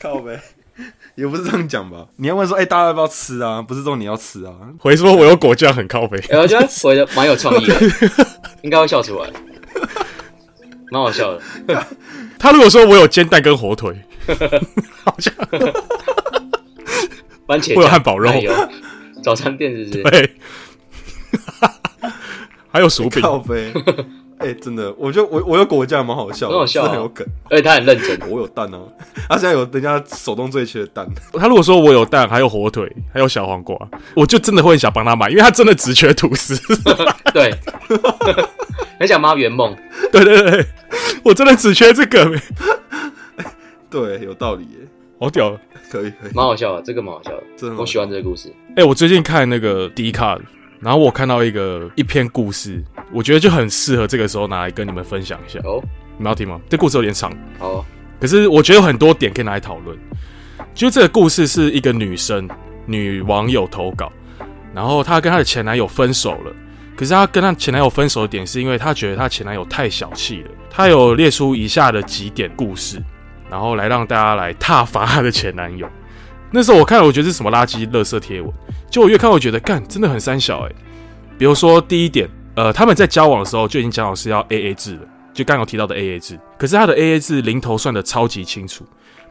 A: 靠呗，也不是这样讲吧？你要问说，哎、大家要不要吃啊？不是说你要吃啊，
B: 回说我有果酱很靠背，
C: 欸我觉得回的蛮有创意的，应该会笑出来，蛮好笑的。
B: 他如果说我有煎蛋跟火腿，好像
C: 番茄
B: 会有
C: 酱、
B: 汉堡肉
C: 奶油，早餐店是不是？
B: 对， 还有薯饼，
A: 靠 呗，哎、真的，我就我我有果酱蛮好笑的，
C: 很好笑啊
A: 是很有梗，
C: 而且他很认真，
A: 我有蛋啊，他现在有人家手动最缺的蛋，
B: 他如果说我有蛋，还有火腿，还有小黄瓜，我就真的会很想帮他买，因为他真的只缺吐司，
C: 对，很想妈圆梦，
B: 对对对，我真的只缺这个，
A: 对，有道理耶，
B: 好屌。
A: 可以可以，
C: 蛮好笑的，这个蛮好笑的，
A: 真的
C: 我喜欢这个故事。
B: 哎、我最近看那个迪卡，然后我看到一个一篇故事，我觉得就很适合这个时候拿来跟你们分享一下。
C: 哦，
B: 你们要听吗？这故事有点长，
C: 好哦，
B: 可是我觉得有很多点可以拿来讨论。就是这个故事是一个女生女网友投稿，然后她跟她的前男友分手了。可是她跟她前男友分手的点是因为她觉得她前男友太小气了。她有列出以下的几点故事，然后来让大家来挞伐她的前男友。那时候我看了，我觉得是什么垃圾、垃圾贴文。就我越看，我觉得干真的很三小哎、比如说第一点，呃，他们在交往的时候就已经讲好是要 A A 制了，就刚刚有提到的 A A 制。可是他的 A A 制零头算的超级清楚，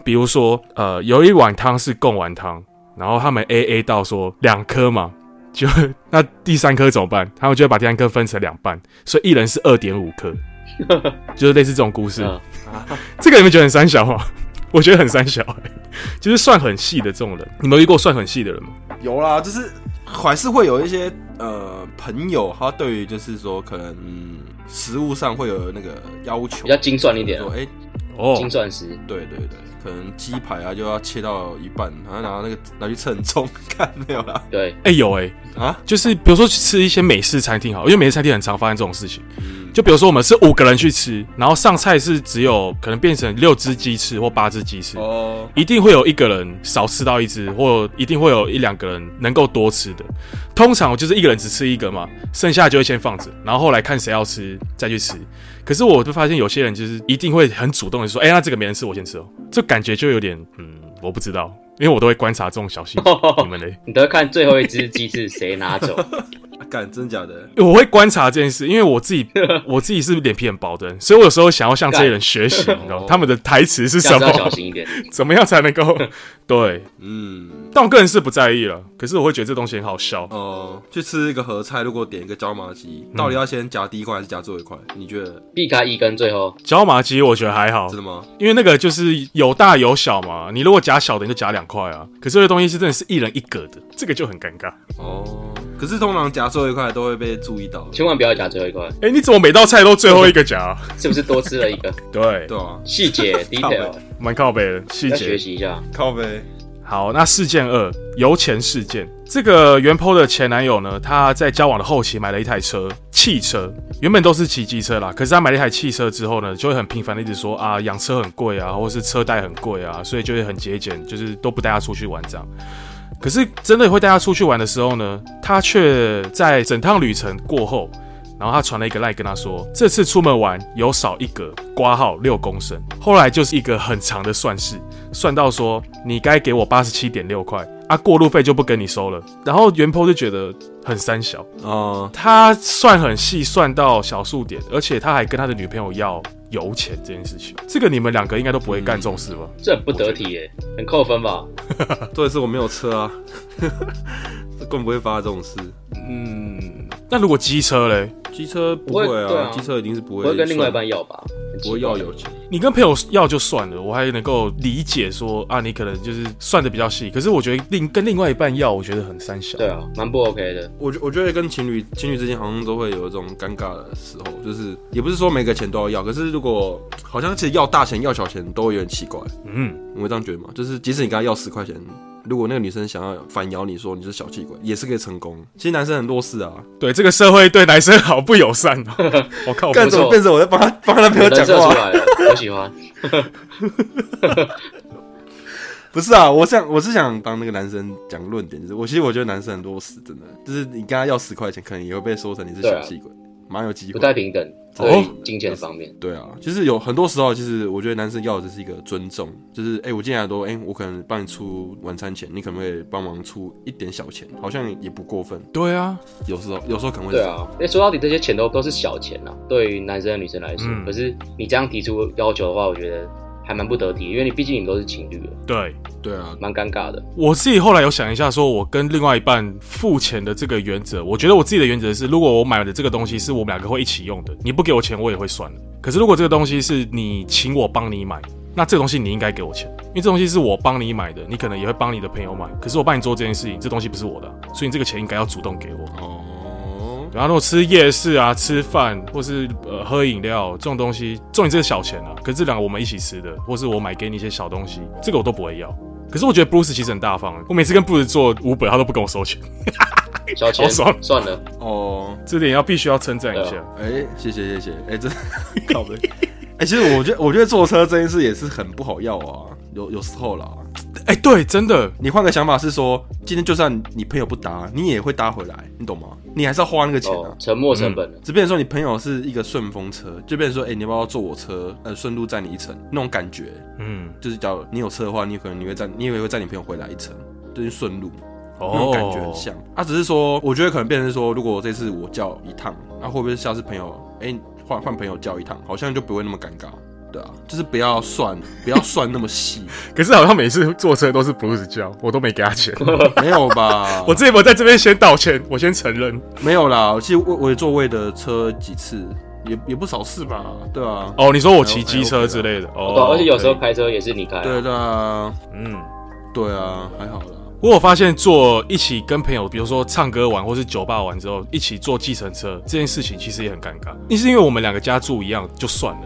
B: 比如说，呃，有一碗汤是贡丸汤，然后他们 A A 到说两颗嘛，就那第三颗怎么办？他们就会把第三颗分成两半，所以一人是二点五 颗，就是类似这种故事。
C: 嗯
B: 这个你们觉得很三小吗？ 我觉得很三小、欸，就是算很细的这种人。你们有遇过算很细的人吗？
A: 有啦，就是还是会有一些呃朋友，他对于就是说可能、嗯、食物上会有那个要求，
C: 比较精算一点啊
A: 说，哎、
B: 哦、
C: 精算师，
A: 对对对，可能鸡排啊就要切到一半，然后拿那个拿去称重， 看没有啦
C: 对，
B: 哎、有哎、
A: 啊，
B: 就是比如说去吃一些美式餐厅好了，因为美式餐厅很常发生这种事情。
C: 嗯
B: 就比如说我们是五个人去吃，然后上菜是只有可能变成六只鸡翅或八只鸡翅，
A: 哦，
B: 一定会有一个人少吃到一只，或一定会有一两个人能够多吃的。通常我就是一个人只吃一个嘛，剩下就会先放着，然后后来看谁要吃再去吃。可是我就发现有些人就是一定会很主动的说：“哎、那这个没人吃，我先吃哦。”这感觉就有点嗯，我不知道，因为我都会观察这种小细节。 你们嘞？
C: 你都会看最后一只鸡翅谁拿 走，
A: 啊干、真假的，
B: 我会观察这件事，因为我自己我自己是脸皮很薄的人，所以我有时候想要向这些人学习，你知道吗
A: 哦
B: 他们的台词是
C: 下
B: 什
C: 次要小
B: 么，
C: 心一点。
B: 怎么样才能够对。
A: 嗯，
B: 但我个人是不在意了，可是我会觉得这东西很好笑。
A: 哦、
C: 嗯
A: 去吃一个合菜，如果点一个椒麻鸡，到底要先夹第一块还是夹最后一块？你觉得
C: 避开一根，最后
B: 椒麻鸡我觉得还好
C: 哦
A: 真，的吗？
B: 因为那个就是有大有小嘛，你如果夹小的你就夹两块啊，可是这个东西是真的是一人一个的，这个就很尴尬。
A: 哦，可是通常夹最后一块都会被注意到，
C: 千万不要夹最后一块，
B: 哎、你怎么每道菜都最后一个夹啊、
C: 是不是多吃了一个？
B: 对，
A: 对啊，
C: 细节 detail
B: 蛮 靠北的细
C: 要
B: 节
C: 学。习一下，
A: 靠呗，
B: 好，那事件二，油钱事件。这个原 PO 的前男友呢，他在交往的后期买了一台车，汽车，原本都是骑机车啦，可是他买了一台汽车之后呢，就会很频繁的一直说啊，养车很贵啊，或是车贷很贵啊，所以就会很节俭，就是都不带他出去玩这样。可是真的会带他出去玩的时候呢，他却在整趟旅程过后，然后他传了一个赖跟他说，这次出门玩有少一格，挂号六公升。后来就是一个很长的算式，算到说你该给我八十七点六块啊，过路费就不跟你收了。然后原 po 就觉得很三小，
A: 哦、
B: 他算很细，算到小数点，而且他还跟他的女朋友要油钱这件事情。这个你们两个应该都不会干这种事吧？
C: 这很不得体耶，很扣分吧？
A: 这一次我没有车啊， 这更不会发生这种事。
B: 嗯，那如果机车嘞？
A: 机车不
C: 不
A: 会
C: 会对
A: 啊，
C: 啊
A: 机、车一定是不
C: 我
A: 会。
C: 会跟另外一半要吧，很奇
A: 不
C: 怪
A: 会要有钱，
B: 你跟朋友要就算了，我还能够理解说啊，你可能就是算的比较细。可是我觉得另跟另外一半要，我觉得很三小。
C: 对啊，蛮不 OK 的。
A: 我觉我觉得跟情侣情侣之间好像都会有一种尴尬的时候，就是也不是说每个钱都要要，可是如果好像其实要大钱要小钱都会有点奇怪，
B: 嗯，
A: 你会这样觉得吗？就是即使你跟她要十块钱，如果那个女生想要反咬你说你是小气鬼，也是可以成功。其实男生很弱势啊，
B: 对，这个社会对男生好不友善哦。 我、靠，我
A: 干
B: 不
A: 怎
B: 是
A: 么变成我在帮他帮他男朋友
C: 人
A: 讲
C: 设出
A: 话？
C: 来了，我喜欢。
A: 不是啊，我想我是想帮那个男生讲论点，就是我其实我觉得男生很弱势，真的，就是你跟他要十块钱，可能也会被说成你是小气鬼，蛮、有机
C: 不
A: 会。
C: 太平等，
A: 哦
C: 在金钱方面。
A: 对啊，其实有很多时候，其实我觉得男生要的是一个尊重，就是哎、我进来都哎、我可能帮你出晚餐钱，你可不可以帮忙出一点小钱？好像也不过分。
B: 对啊，
A: 有时候，有时候可能会是
C: 对
A: 这样。
C: 啊，因为说到底这些钱都都是小钱啦，对于男生和女生来说。
B: 嗯
C: 可是你这样提出要求的话，我觉得还蛮不得体，因为你毕竟你们都是情侣了，
B: 对
A: 对啊，
C: 蛮尴尬 的。
B: 我自己后来有想一下，说我跟另外一半付钱的这个原则，我觉得我自己的原则是，如果我买的这个东西是我们两个会一起用的，你不给我钱我也会算的。可是如果这个东西是你请我帮你买，那这个东西你应该给我钱，因为这东西是我帮你买的，你可能也会帮你的朋友买。可是我帮你做这件事情，这东西不是我的啊、所以你这个钱应该要主动给我。
A: 啊哦，
B: 然后如果吃夜市啊、吃饭或是呃喝饮料这种东西，重点这是小钱啊。可是这两个我们一起吃的，或是我买给你一些小东西，这个我都不会要。可是我觉得 Bruce 其实很大方，欸我每次跟 Bruce 做五本，他都不跟我收钱，
C: 小钱
B: 好爽
C: 算 了，
A: 哦，
B: 这点要必须要称赞一下
C: 对。
A: 哎、谢谢谢谢，哎、真这靠背。哎、其实我觉得，我觉得坐车这件事也是很不好要啊，有有时候啦。
B: 哎、对，真的，
A: 你换个想法是说，今天就算你朋友不搭，你也会搭回来，你懂吗？你还是要花那个钱啊。
C: 哦，沉没成本了。
A: 只变成说你朋友是一个顺风车，就变成说，哎、你要不要坐我车？呃，顺路载你一程，那种感觉，
B: 嗯，
A: 就是假如你有车的话，你可能你会载，你也会载你朋友回来一程，就是顺路，那
B: 哦
A: 种，感觉很像。啊，只是说，我觉得可能变成说，如果这次我叫一趟，那、会不会下次朋友，哎、换换朋友叫一趟，好像就不会那么尴尬。对啊，就是不要算，不要算那么细，
B: 可是好像每次坐车都是 Bruce 叫，我都没给他 钱。
A: 没有吧？
B: 我这一波在这边先道歉，我先承认。
A: 没有啦，其实我我也坐位的车几次，也也不少次吧？对啊，
B: 哦，你说我骑机车之
A: 嗯
B: 类的，
C: 对啊，
B: 哦，
C: 而且有时候
B: 可
C: 开车也是你开啊，
A: 对啦，
B: 以，嗯。
A: 对啊，还好啦。
B: 我有发现做一起跟朋友，比如说唱歌玩或是酒吧玩之后，一起坐计程车这件事情其实也很尴尬。一是因为我们两个家住一样就算了，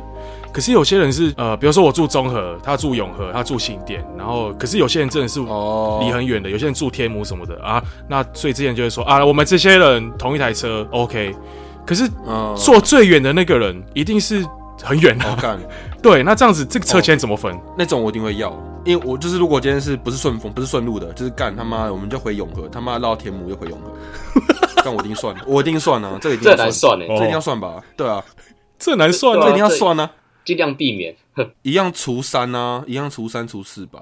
B: 可是有些人是呃，比如说我住中和，他住永和，他住新店，然后可是有些人真的是
A: 哦，
B: 离很远的，有些人住天母什么的啊，那所以之前就会说啊，我们这些人同一台车 OK，可是
A: 嗯，
B: 坐最远的那个人一定是很远的、
A: 好看
B: 对，那这样子这个车钱怎么分？
A: 那种我一定会要，因为我就是如果今天是不是顺风不是顺路的，就是干他妈的我们就回永和，他妈绕天母又回永和，干我一定算，我一定算啊，这个一定
C: 这
A: 要
C: 很难
A: 算，
C: 算哎
B: 哦，
A: 这一定要算吧？对啊，
B: 这很难算
A: 这
B: 啊
A: 一定要算啊，
C: 尽量避免。
A: 一样除三啊，一样除三除四吧，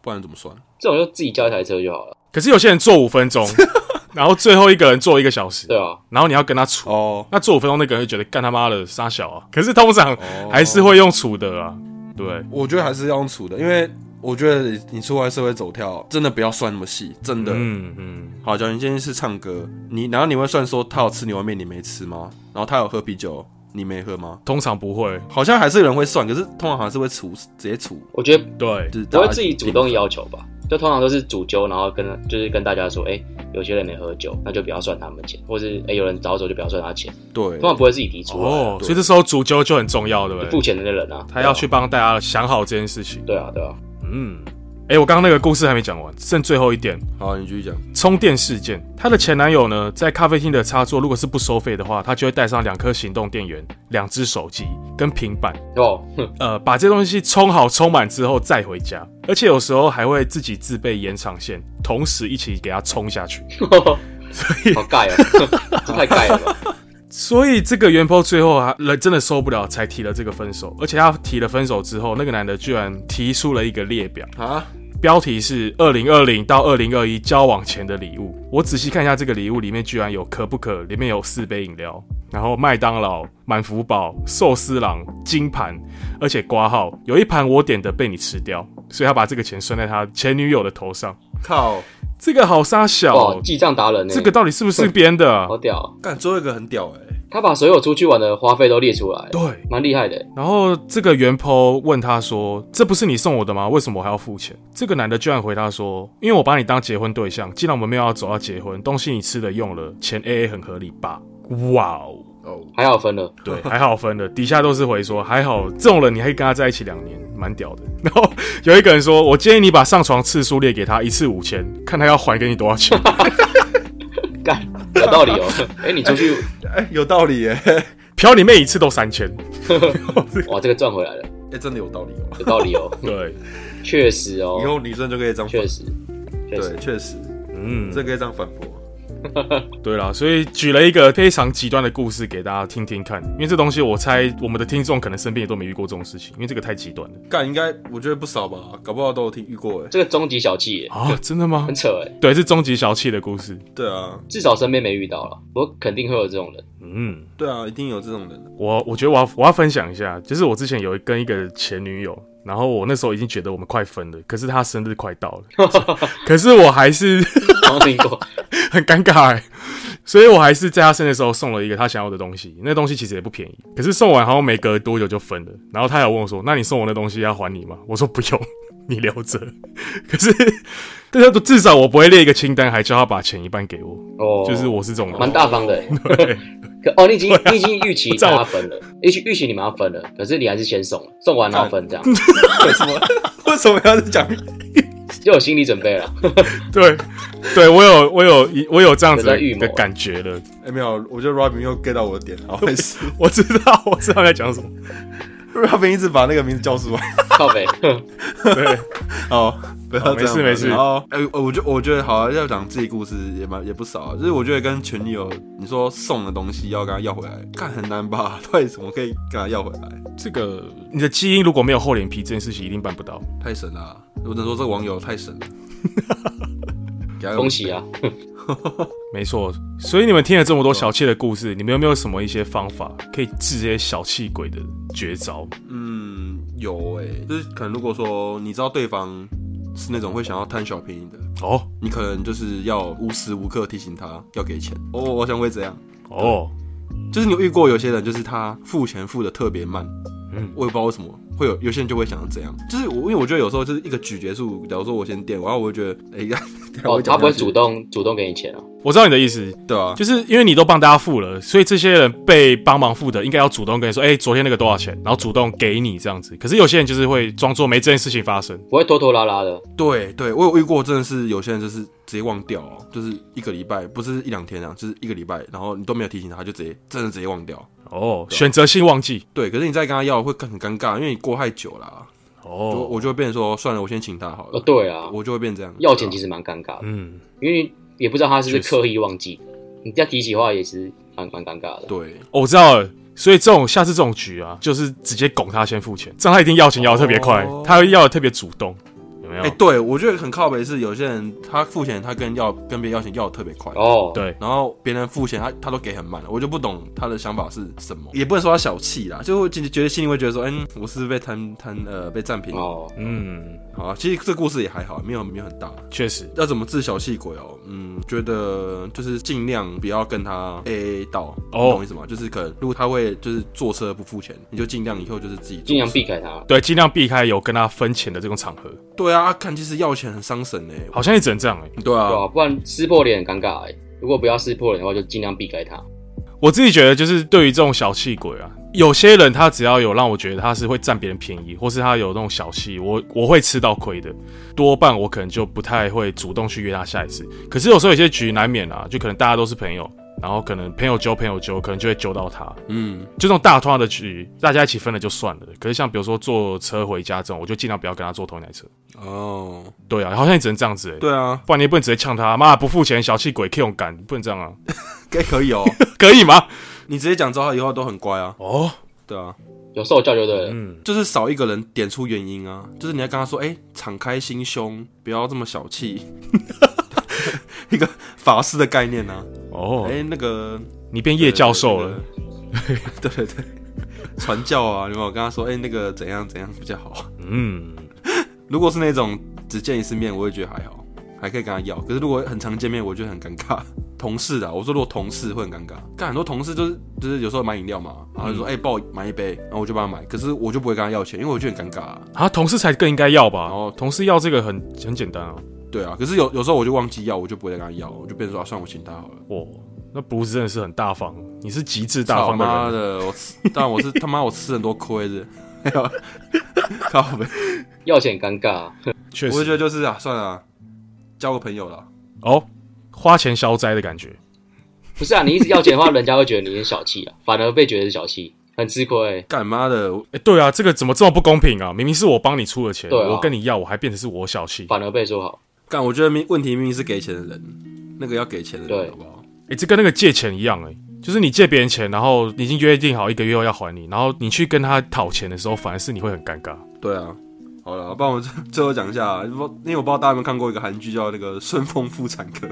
A: 不然怎么算？
C: 这种就自己叫一台车就好了。
B: 可是有些人坐五分钟，然后最后一个人坐一个小时，
C: 对啊，
B: 然后你要跟他处，
A: 哦，
B: 那坐五分钟那个人就觉得干他妈的傻小啊。可是通常
A: 哦
B: 还是会用处的啊，对，
A: 我觉得还是要用除的，因为我觉得你出来社会走跳，真的不要算那么细，真的。
B: 嗯嗯，
A: 好，假如你今天是唱歌，你然后你会算说他有吃牛肉面你没吃吗？然后他有喝啤酒你没喝吗？
B: 通常不会，
A: 好像还是有人会算，可是通常还是会除，直接除，
C: 我觉得
B: 对，
A: 就是大
C: 不
A: 家
C: 会自己主动
A: 平
C: 要求吧，就通常都是主揪，然后跟就是跟大家说，哎、有些人没喝酒，那就不要算他们钱，或是哎、有人早走就不要算他钱，
A: 对
C: 通常不会自己提出来啊、
B: 哦，所以这时候主揪就很重要，对不
C: 付
B: 对？
C: 钱的那人啊，
B: 他要去帮大家想好这件事情，
C: 对啊，对啊，
B: 嗯。哎、我刚刚那个故事还没讲完，剩最后一点，
A: 好，你继续讲。
B: 充电事件。她的前男友呢，在咖啡厅的插座，如果是不收费的话，他就会带上两颗行动电源、两只手机跟平板，
C: 哦，哼
B: 呃，把这东西充好、充满之后再回家，而且有时候还会自己自备延长线，同时一起给它充下去。
C: 好盖哦，这太盖了吧，
B: 所以这个元坡最后啊，人真的受不了，才提了这个分手。而且他提了分手之后，那个男的居然提出了一个列表，
A: 啊，
B: 标题是“二零二零到二零二一交往前的礼物”。我仔细看一下这个礼物，里面居然有可不可，里面有四杯饮料，然后麦当劳、满福堡、寿司郎、金盘，而且挂号有一盘我点的被你吃掉，所以他把这个钱算在他前女友的头上。
A: 靠！
B: 这个好傻小
C: 哇
B: 哦，，
C: 记账达人呢、欸
B: 这个到底是不是编的、啊
C: 好？屌哦、
A: 干最后一个很屌哎、
C: 他把所有出去玩的花费都列出来，
B: 对，
C: 蛮厉害的、欸
B: 然后这个原 po 问他说：“这不是你送我的吗？为什么我还要付钱？”这个男的居然回答说：“因为我把你当结婚对象，既然我们没有要走到结婚，东西你吃的用了，钱 A A 很合理吧？”哇哦，，
A: 哦，
C: 还好分了，
A: 对
B: 还好分了。底下都是回说还好，这种人你还可以跟他在一起两年，蛮屌的。 然后有一个人说：“我建议你把上床次数列给他，一次五千，看他要还给你多 少钱。
C: 干有道理哦、哎、你出 去
A: 哎、有道理 哎、
B: 嫖你妹一次都三千。
C: 哇，这个赚回来了，
A: 哎、真的有道理哦。
C: 有道理哦、”
B: 对，
C: 确实哦、
A: 以后女生就可以这样反
C: 确，实，确
A: 对，
C: 实，
A: 确实，
B: 嗯，
A: 这可以这样反驳。
B: 对啦，所以举了一个非常极端的故事给大家听听看，因为这东西我猜我们的听众可能身边也都没遇过这种事情，因为这个太极端了
A: 干应该我觉得不少吧，搞不好都有听遇过哎、
C: 这个终极小气耶、
B: 啊！真的吗
C: 很？扯哎、
B: 对，是终极小气的故事。
A: 对啊，
C: 至少身边没遇到了，我肯定会有这 种人。
B: 嗯，
A: 对啊，一定有这种人。
B: 我我觉得我要我要分享一下，就是我之前有跟一个前女友，然后我那时候已经觉得我们快分了，可是她生日快到了，可是我还是
C: 然后听过，
B: 哦很尴尬、欸，所以我还是在她生日的时候送了一个她想要的东西，那东西其实也不便宜，可是送完好像没隔多久就分了。然后她有问我说：“那你送我那东西要还你吗？”我说：“不用， 你留着。”可是，但是至少我不会列一个清单，还叫她把钱一半给我，
C: 哦，
B: 就是我是这种人
C: 蛮大方的、欸。可哦，你已经、
B: 啊
C: 你已经预期
B: 照
C: 他分了，预期预期你们要分了，可是你还是先送了，送完然后分
B: 哦
C: 这样，
A: 为什么？为什么要讲？
C: 嗯就有心理准备了。
B: 对，对我有我有我有这样子
C: 有
B: 的
C: 在预谋
B: 的感觉了。
A: 哎、没有，我觉得 Robin 又 get 到我的点，好没事。
B: 我知道我知道你在讲什么。
A: Robin 一直把那个名字叫出来。
C: 靠 北，
B: 对，
A: 哦，不要这样
B: 哦没事没事
A: 哦，哎、我觉我觉得好、啊，要讲自己故事也蛮也不少、啊，就是我觉得跟前女友你说送的东西要跟她要回来，干很难吧？ 到底怎么可以跟她要回来？
B: 这个你的基因如果没有厚脸皮，这件事情一定办不到。
A: 太神了啊、我只能说这个网友太神 了。给他
C: 恭喜啊！
B: 没错，所以你们听了这么多小气的故事，你们有没有什么一些方法可以治这些小气鬼的绝招？
A: 嗯，有哎、就是可能如果说你知道对方是那种会想要贪小便宜的，
B: 哦
A: 你可能就是要无时无刻提醒他要给钱。哦，我想会这样，
B: 哦，
A: 就是你有遇过有些人，就是他付钱付的特别慢，
B: 嗯
A: 嗯，我也不知道为什么。会有有些人就会想要这样，就是我因为我觉得有时候就是一个咀嚼术，假如说我先点，然后我就觉得哎 呀，等一下我
C: 哦，
A: 会讲
C: 他不会
A: 下去
C: 主动主动给你钱啊？
B: 我知道你的意思，
A: 对啊，
B: 就是因为你都帮大家付了，所以这些人被帮忙付的，应该要主动跟你说，哎、昨天那个多少钱，然后主动给你这样子。可是有些人就是会装作没这件事情发生，
C: 不会拖拖拉拉的，
A: 对对，我有遇过，真的是有些人就是直接忘掉、哦，就是一个礼拜，不是一两天啊，就是一个礼拜，然后你都没有提醒他，他就直接真的直接忘掉。
B: 哦，选择性忘记，
A: 对，可是你再跟他要会更很尴尬，因为你过太久了啊、我
B: 哦，
A: 我就会变成说算了，我先请他好
C: 哦，
A: 了，
C: 对啊，
A: 我就会变这样。
C: 要钱其
A: 实
C: 实蛮尴尬的，
B: 嗯，
C: 因为也不知道他是不
B: 确
C: 是
B: 实
C: 刻意忘记的，你再提起的话也是蛮蛮尴尬的。
A: 对，
B: 哦我知道了。所以这种下次这种局啊，就是直接拱他先付钱，这样他一定要钱要的特别快，
A: 哦
B: 他要的特别主动，有没有？
A: 哎、对我觉得很靠北是有些人他付钱，他跟要跟别人要钱要的特别快。
C: 哦，
B: 对，
A: 然后别人付钱，他他都给很慢，我就不懂他的想法是什么，也不能说他小气啦，就会觉觉得心里会觉得说，嗯，我是不是被贪贪呃被占便宜，
C: 哦，
B: 嗯，
A: 好啊，其实这故事也还好，没有没有很大。
B: 确实，
A: 要怎么治小气鬼哦？嗯，觉得就是尽量不要跟他 A A 到，你
B: 哦
A: 懂我意思吗？就是可能如果他会就是坐车不付钱，你就尽量以后就是自己坐
C: 尽量
A: 车
C: 避。开他。
B: 对，尽量避开有跟他分钱的这种场合，
A: 对啊，啊看其实要钱很伤神呢。
B: 好像也只能这样哎、
A: 对
C: 对
A: 啊，
C: 啊，不然撕破脸很尴尬、欸。如果不要撕破脸的话，就尽量避开他。
B: 我自己觉得，就是对于这种小气鬼啊，有些人他只要有让我觉得他是会占别人便宜，或是他有那种小气，我我会吃到亏的。多半我可能就不太会主动去约他下一次。可是有时候有些局难免啊，就可能大家都是朋友，然后可能朋友揪朋友揪，可能就会揪到他。
A: 嗯，
B: 就这种大团的局，大家一起分了就算了。可是像比如说坐车回家这种，我就尽量不要跟他坐同一台车。
A: 哦，
B: 对啊，好像也只能这样子、欸。，
A: 对啊，
B: 不然你也不能直接呛他，妈不付钱小气鬼，K 勇敢，不能这样啊，
A: 该可以哦。
B: 可以吗？
A: 你直接讲脏话以后都很乖啊，
B: 哦，
A: 对啊，
C: 有受教就对了。
B: 嗯，
A: 就是少一个人点出原因啊，就是你要跟他说，哎、敞开心胸，不要这么小 气， 一个法师的概念啊，
B: 哦
A: 哎、，那个
B: 你变叶教授了，，
A: 对对对，传教啊，你有没有跟他说，哎、那个怎样怎样比较好？
B: 嗯，
A: 如果是那种只见一次面，我会觉得还好，还可以跟他要。可是如果很常见面，我觉得很尴尬。 同事啊，我说如果同事会很尴尬，但很多同事就是就是有时候买饮料嘛，然后就说哎、帮我买一杯，然后我就帮他买，可是我就不会跟他要钱，因为我觉得很尴尬、啊。
B: 啊，同事才更应该要吧？
A: 哦
B: 哦，同事要这个很很简单啊。
A: 对啊，可是有有时候我就忘记要，我就不会再跟他要，我就变成说啊，算了我请他好 了。
B: 哇，那 Bruce 真的是很大方，你是极致大
A: 操
B: 方的
A: 妈
B: 人。
A: 的，我吃，但我是他妈我吃很多亏的， 哎靠呗。
C: 要钱很尴尬、啊，
B: 确
A: 我就觉
B: 实
A: 得就是啊，算了啊、交个朋友啦。
B: 哦，花钱消灾的感觉。
C: 不是啊？你一直要钱的话，人家会觉得你很小气啊， 反而被觉得是小气，很吃亏、欸
A: 干妈的，我
B: 哎、对啊，这个怎么这么不公平啊？明明是我帮你出的钱，
C: 对啊
B: 我跟你要，我还变成是我小气。
C: 反而被说好。
A: 干，我觉得明问题明明是给钱的人，那个要给钱的人，
C: 对
A: 好不好？
B: 哎、这跟那个借钱一样、欸，哎，就是你借别人钱，然后你已经约定好一个月后要还你，然后你去跟他讨钱的时候，反而是你会很尴尬。
A: 对啊。好了，帮我最最后讲一下啊，不因为我不知道大家有没有看过一个韩剧叫那个《顺风妇产科》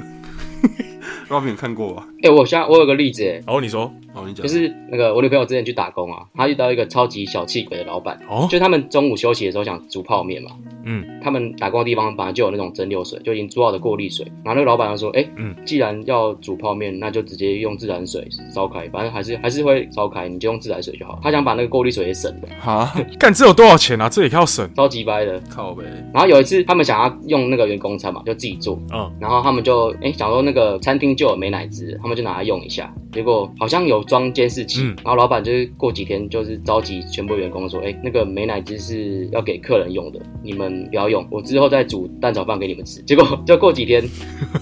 A: ，Robin 有看过吧？
C: 哎、我现在我有个例子、哎，
B: 然后你说，
A: 哦，你讲，
C: 就是那个我女朋友之前去打工啊，她遇到一个超级小气鬼的老板，
B: 哦，
C: 就他们中午休息的时候想煮泡面嘛，
B: 嗯，
C: 他们打工的地方本来就有那种蒸馏水，就已经做好的过滤水。然后那个老板就说：“哎、
B: 嗯
C: 既然要煮泡面，那就直接用自来水烧开，反正还是还是会烧开，你就用自来水就好。”他想把那个过滤水也省了，
A: 哈，
B: 干这有多少钱啊？这也要省。
C: 超级掰的。
A: 靠呗，
C: 然后有一次他们想要用那个员工餐嘛，就自己做，
B: 嗯，
C: 然后他们就哎、想说那个餐厅就有美乃滋，他们就拿来用一下，结果好像有装监视器，
B: 嗯
C: 然后老板就是过几天就是召集全部员工说，哎、那个美乃滋是要给客人用的，你们不要用，我之后再煮蛋炒饭给你们吃。结果就过几天，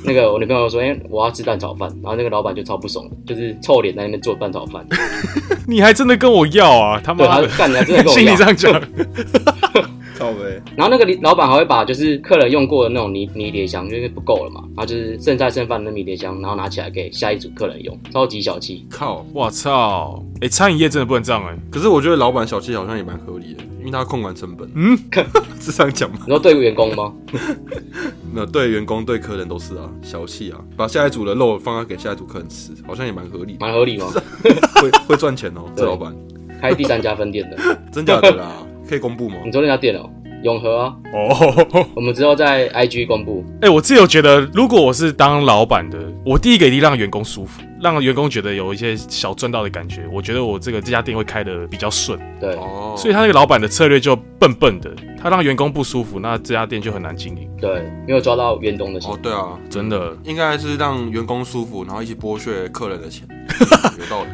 C: 那个我女朋友说，哎、我要吃蛋炒饭，然后那个老板就超不爽的，就是臭脸在那边做蛋炒饭，
B: 你还真的跟我要啊？他
C: 对，
B: 妈
C: 他
B: 的，
C: 干你还真的跟我
B: 心里
C: 要
B: 这。样讲，
A: 靠呗，
C: 然后那个老板还会把就是客人用过的那种泥泥碟箱，因为不够了嘛，然后就是剩菜剩饭的那泥碟箱，然后拿起来给下一组客人用，超级小气。
A: 靠。
B: 我操！哎、餐饮业真的不能这样哎、
A: 可是我觉得老板小气好像也蛮合理的，因为他控管成本。
B: 嗯，
A: 是这样讲吗？
C: 你说对员工吗？
A: 那对员工、对客人都是啊，小气啊，把下一组的肉放给下一组客人吃，好像也蛮合理的，
C: 蛮合理吗？
A: 会会赚钱哦，这
C: 对
A: 老板
C: 开第三家分店的，
A: 真假的啦，可以公布吗？
C: 你说那家店哦，永和啊，
B: 哦，
C: 我们之后在 IG 公布。
B: 哎、我自己有觉得，如果我是当老板的，我第一个一定让员工舒服，让员工觉得有一些小赚到的感觉。我觉得我这个这家店会开的比较顺，
C: 对，
A: 哦，
B: 所以他那个老板的策略就笨笨的，他让员工不舒服，那这家店就很难经营。
C: 对，没有抓到员工的心
A: 哦，，对啊，
B: 真的，
A: 应该是让员工舒服，然后一起剥削客人的 钱，有道理。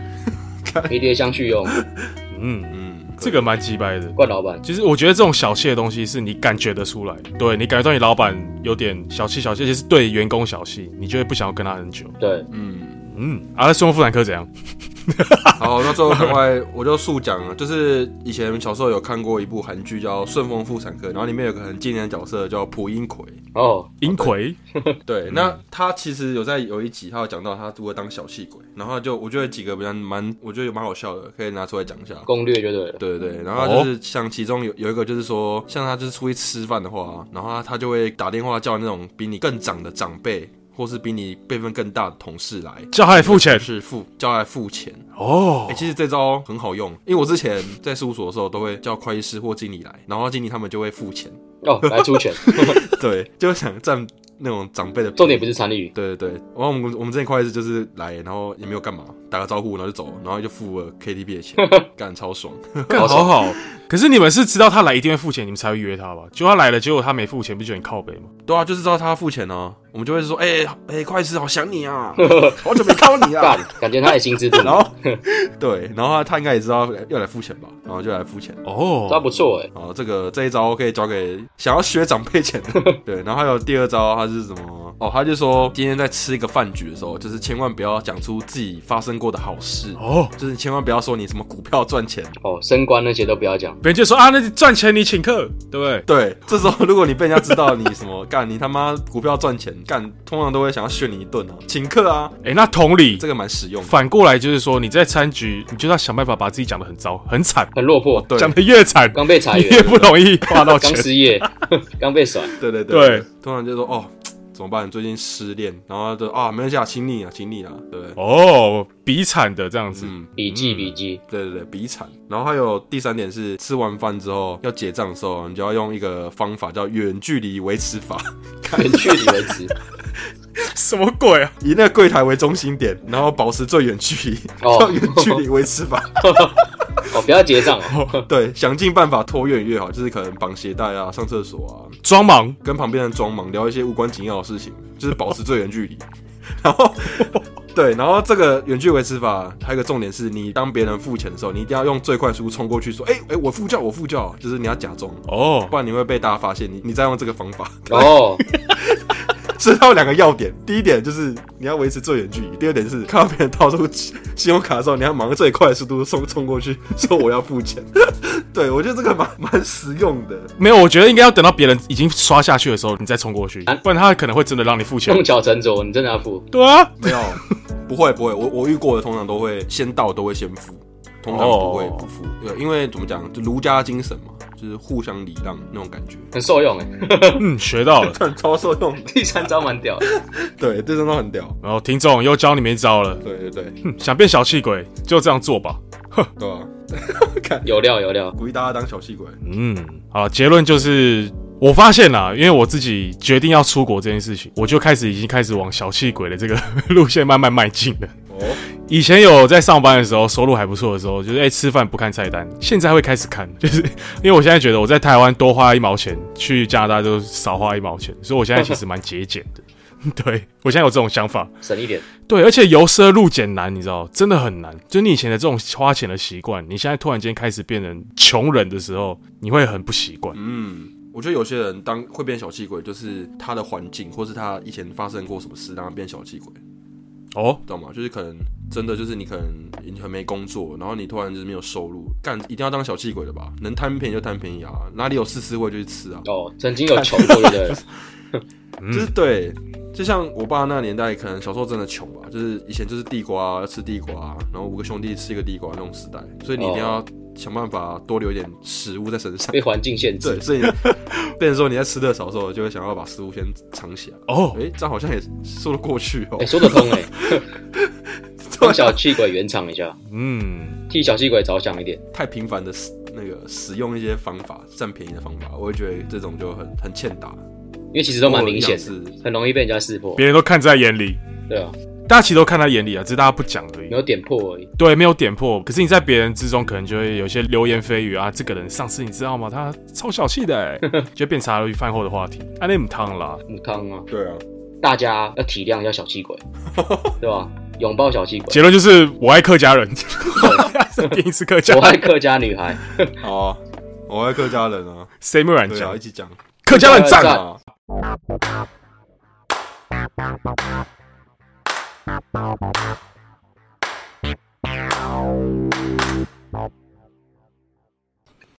C: 迷迭香去用，
B: 嗯，
A: 嗯，
B: 这个蛮鸡掰的。
C: 怪老板。
B: 其实我觉得这种小气的东西是你感觉得出来的，对你感觉到你老板有点小气小气，而且是对员工小气，你就会不想要跟他很久。
C: 对，
A: 嗯，
B: 嗯，啊，那孙妇产科怎样？
A: 好，那最后赶快我就速讲了，就是以前小时候有看过一部韩剧叫《顺风妇产科》，然后里面有个很经典的角色叫朴英奎，
C: 哦，
B: 银葵，
A: 对，
B: 嗯
A: 那他其实有在有一集，他有讲到他如何当小气鬼，然后就我觉得几个比较蛮，我觉得有蛮好笑的，可以拿出来讲一下。
C: 攻略就对了。
A: 对对对，然后就是像其中有有一个就是说，像他就是出去吃饭的话，然后他他就会打电话叫那种比你更长的长辈，或是比你辈分更大的同事来，
B: 叫他来付钱
A: 就是付叫他来付钱。
B: 哦
A: 哎、其实这招很好用，因为我之前在事务所的时候都会叫会计师或经理来，然后经理他们就会付钱，
C: 哦，来出拳，
A: 对，就想占那种长辈的便宜
C: 重点不是参与，
A: 对对对，然后我们我们之前会计师就是来，然后也没有干嘛，打个招呼，然后就走，然后就付了 KTV 的钱，干超爽。
B: 干
C: 好
B: 好
C: 爽
B: 好。可是你们是知道他来一定会付钱，你们才会约他吧？结果他来了，结果他没付钱，不就很靠北吗？
A: 对啊，就是知道他付钱哦、我们就会说，哎、哎、会计师好想你啊，好久没看到你啊
C: 干。，感觉他也心知肚 明
A: 然，后对，然后他他应该也知道要来付钱吧，然后就来付钱。
C: 抓
B: 哦，
C: 不错哎。
A: 哦，这个这一招可以交给想要学长辈钱的。对，然后还有第二招，他是什么？哦，他就说今天在吃一个饭局的时候，就是千万不要讲出自己发生过的好事，
B: 哦，
A: 就是千万不要说你什么股票赚钱。
C: 哦，升官那些都不要讲。
B: 别人就说啊，那赚钱你请客，对不对？
A: 对，这时候如果你被人家知道你什么 干，你他妈股票赚钱干，通常都会想要炫你一顿啊，请客啊，
B: 哎、那同理，
A: 这个蛮实用的。
B: 反过来就是说，你在餐局，你就要想办法把自己讲得很糟、很惨，
C: 很落魄，
A: 哦对，
B: 讲得越惨，
C: 刚被裁
B: 你
C: 员，
B: 越不容易花到
C: 刚
B: 钱。
C: 失业，刚被甩，
A: 对对
B: 对
A: 通常就说哦，怎么办？最近失恋，然后就啊，没关系啊，请你啊，请你啊，对不对？
B: 哦，比惨的这样子，
A: 嗯，
C: 笔记笔记，
A: 对对对，比惨。然后还有第三点是，吃完饭之后要结账的时候，你就要用一个方法叫远距离维持法，
B: 嗯
C: 远距离为 止。
B: 什么鬼啊？
A: 以那个柜台为中心点，然后保持最远距离，
C: 哦
A: 叫远距离维持法。
C: 哦，不要结账哦，
A: 对，想尽办法拖越远越好，就是可能绑鞋带啊、上厕所啊，
B: 装忙，
A: 跟旁边人装忙聊一些无关紧要的事情，就是保持最远距离。然后，对，然后这个远距维持法还有一个重点是，你当别人付钱的时候，你一定要用最快速度冲过去说：“哎、哎、我付掉，我付掉。”就是你要假装，
B: 哦
A: 不，然你会被大家发现你你在用这个方法。
C: 哦，
A: 所以它有两个要点，第一点就是你要维持最远距离，第二点是看到别人掏出信信用卡的时候，你要忙最快的速度冲冲过去说我要付钱。 对我觉得这个蛮蛮实用的。
B: 没有，我觉得应该要等到别人已经刷下去的时候，你再冲过去，
C: 啊
B: 不然他可能会真的让你付钱
C: 弄。巧成拙，你真的要付
B: 对啊，
A: 没有， 不会不会，我我遇过的通常都会先到都会先付，通常不会
B: 哦
A: 不付，对，因为怎么讲，就儒家精神嘛，就是互相礼让那种感觉，
C: 很受用哎，
B: 嗯，学到了。
A: 很超受用的，
C: 第三招蛮屌的，
A: 对，这真的很屌，
B: 然后听众又教你们一招了，
A: 对对对，
B: 哼想变小气鬼就这样做吧。
A: 对 吧、啊？
C: 有料有料，
A: 鼓励大家当小气鬼，
B: 嗯，好，结论就是我发现啦，因为我自己决定要出国这件事情，我就开始已经开始往小气鬼的这个 路线慢慢迈进了。
A: 哦，
B: 以前有在上班的时候，收入还不错的时候，就是哎、吃饭不看菜单，现在会开始看， 就是因为我现在觉得我在台湾多花一毛钱，去加拿大就少花一毛钱，所以我现在其实蛮节俭的。 对我现在有这种想法，
C: 省一点，
B: 对，而且由奢入俭难，你知道，真的很难。就你以前的这种花钱的习惯，你现在突然间开始变成穷人的时候，你会很不习惯。
A: 嗯。我觉得有些人当会变小气鬼，就是他的环境，或是他以前发生过什么事，让他变小气鬼。
B: 哦，
A: 懂吗？就是可能真的就是你可能你很没工作，然后你突然就是没有收入，干一定要当小气鬼的吧？能贪便宜就贪便宜啊，哪里有试吃会就去吃啊，
C: 哦，曾经有穷过对不对？
A: 就是对。就像我爸那个年代，可能小时候真的穷吧，就是以前就是地瓜要吃地瓜，然后五个兄弟吃一个地瓜那种时代，所以你一定要想办法多留一点食物在身上。
C: 被环境限制
A: 对，，所以你 变成说你在吃的少的时候，就会想要把食物先藏起来。
B: 哦，
A: 诶，这样好像也说得过去哦
C: 哎，。说得 通哎，帮小气鬼圆场一下，
B: 嗯，
C: 替小气鬼着想一点，
A: 太频繁的使那个使用一些方法占便宜的方法，我会觉得这种就很很欠打，
C: 因为其实都蛮明显
A: 或
C: 的，
A: 者像是
C: 很容易被人家识破，
B: 哦别人都看在眼里，
C: 对啊，
B: 大家其实都看在眼里啊，只是大家不讲而已
C: 没。有点破而已，
B: 对，没有点破，可是你在别人之中可能就会有一些流言蜚语啊。这个人上次你知道吗？他超小气的、欸， 就变茶余饭后的话题。啊，那母汤啦，
C: 母汤啊，
A: 对啊，
C: 大家要体谅一下小气 鬼，对吧？拥抱小气鬼，
B: 结论就是我爱客家人，第一次客家
C: 我爱
B: 人，
C: 客家女孩，
A: 好啊，我爱客家人啊，
B: 谁没有人
A: 对啊，
B: 讲
A: 一？起讲
B: 客家人赞啊！
A: 啊，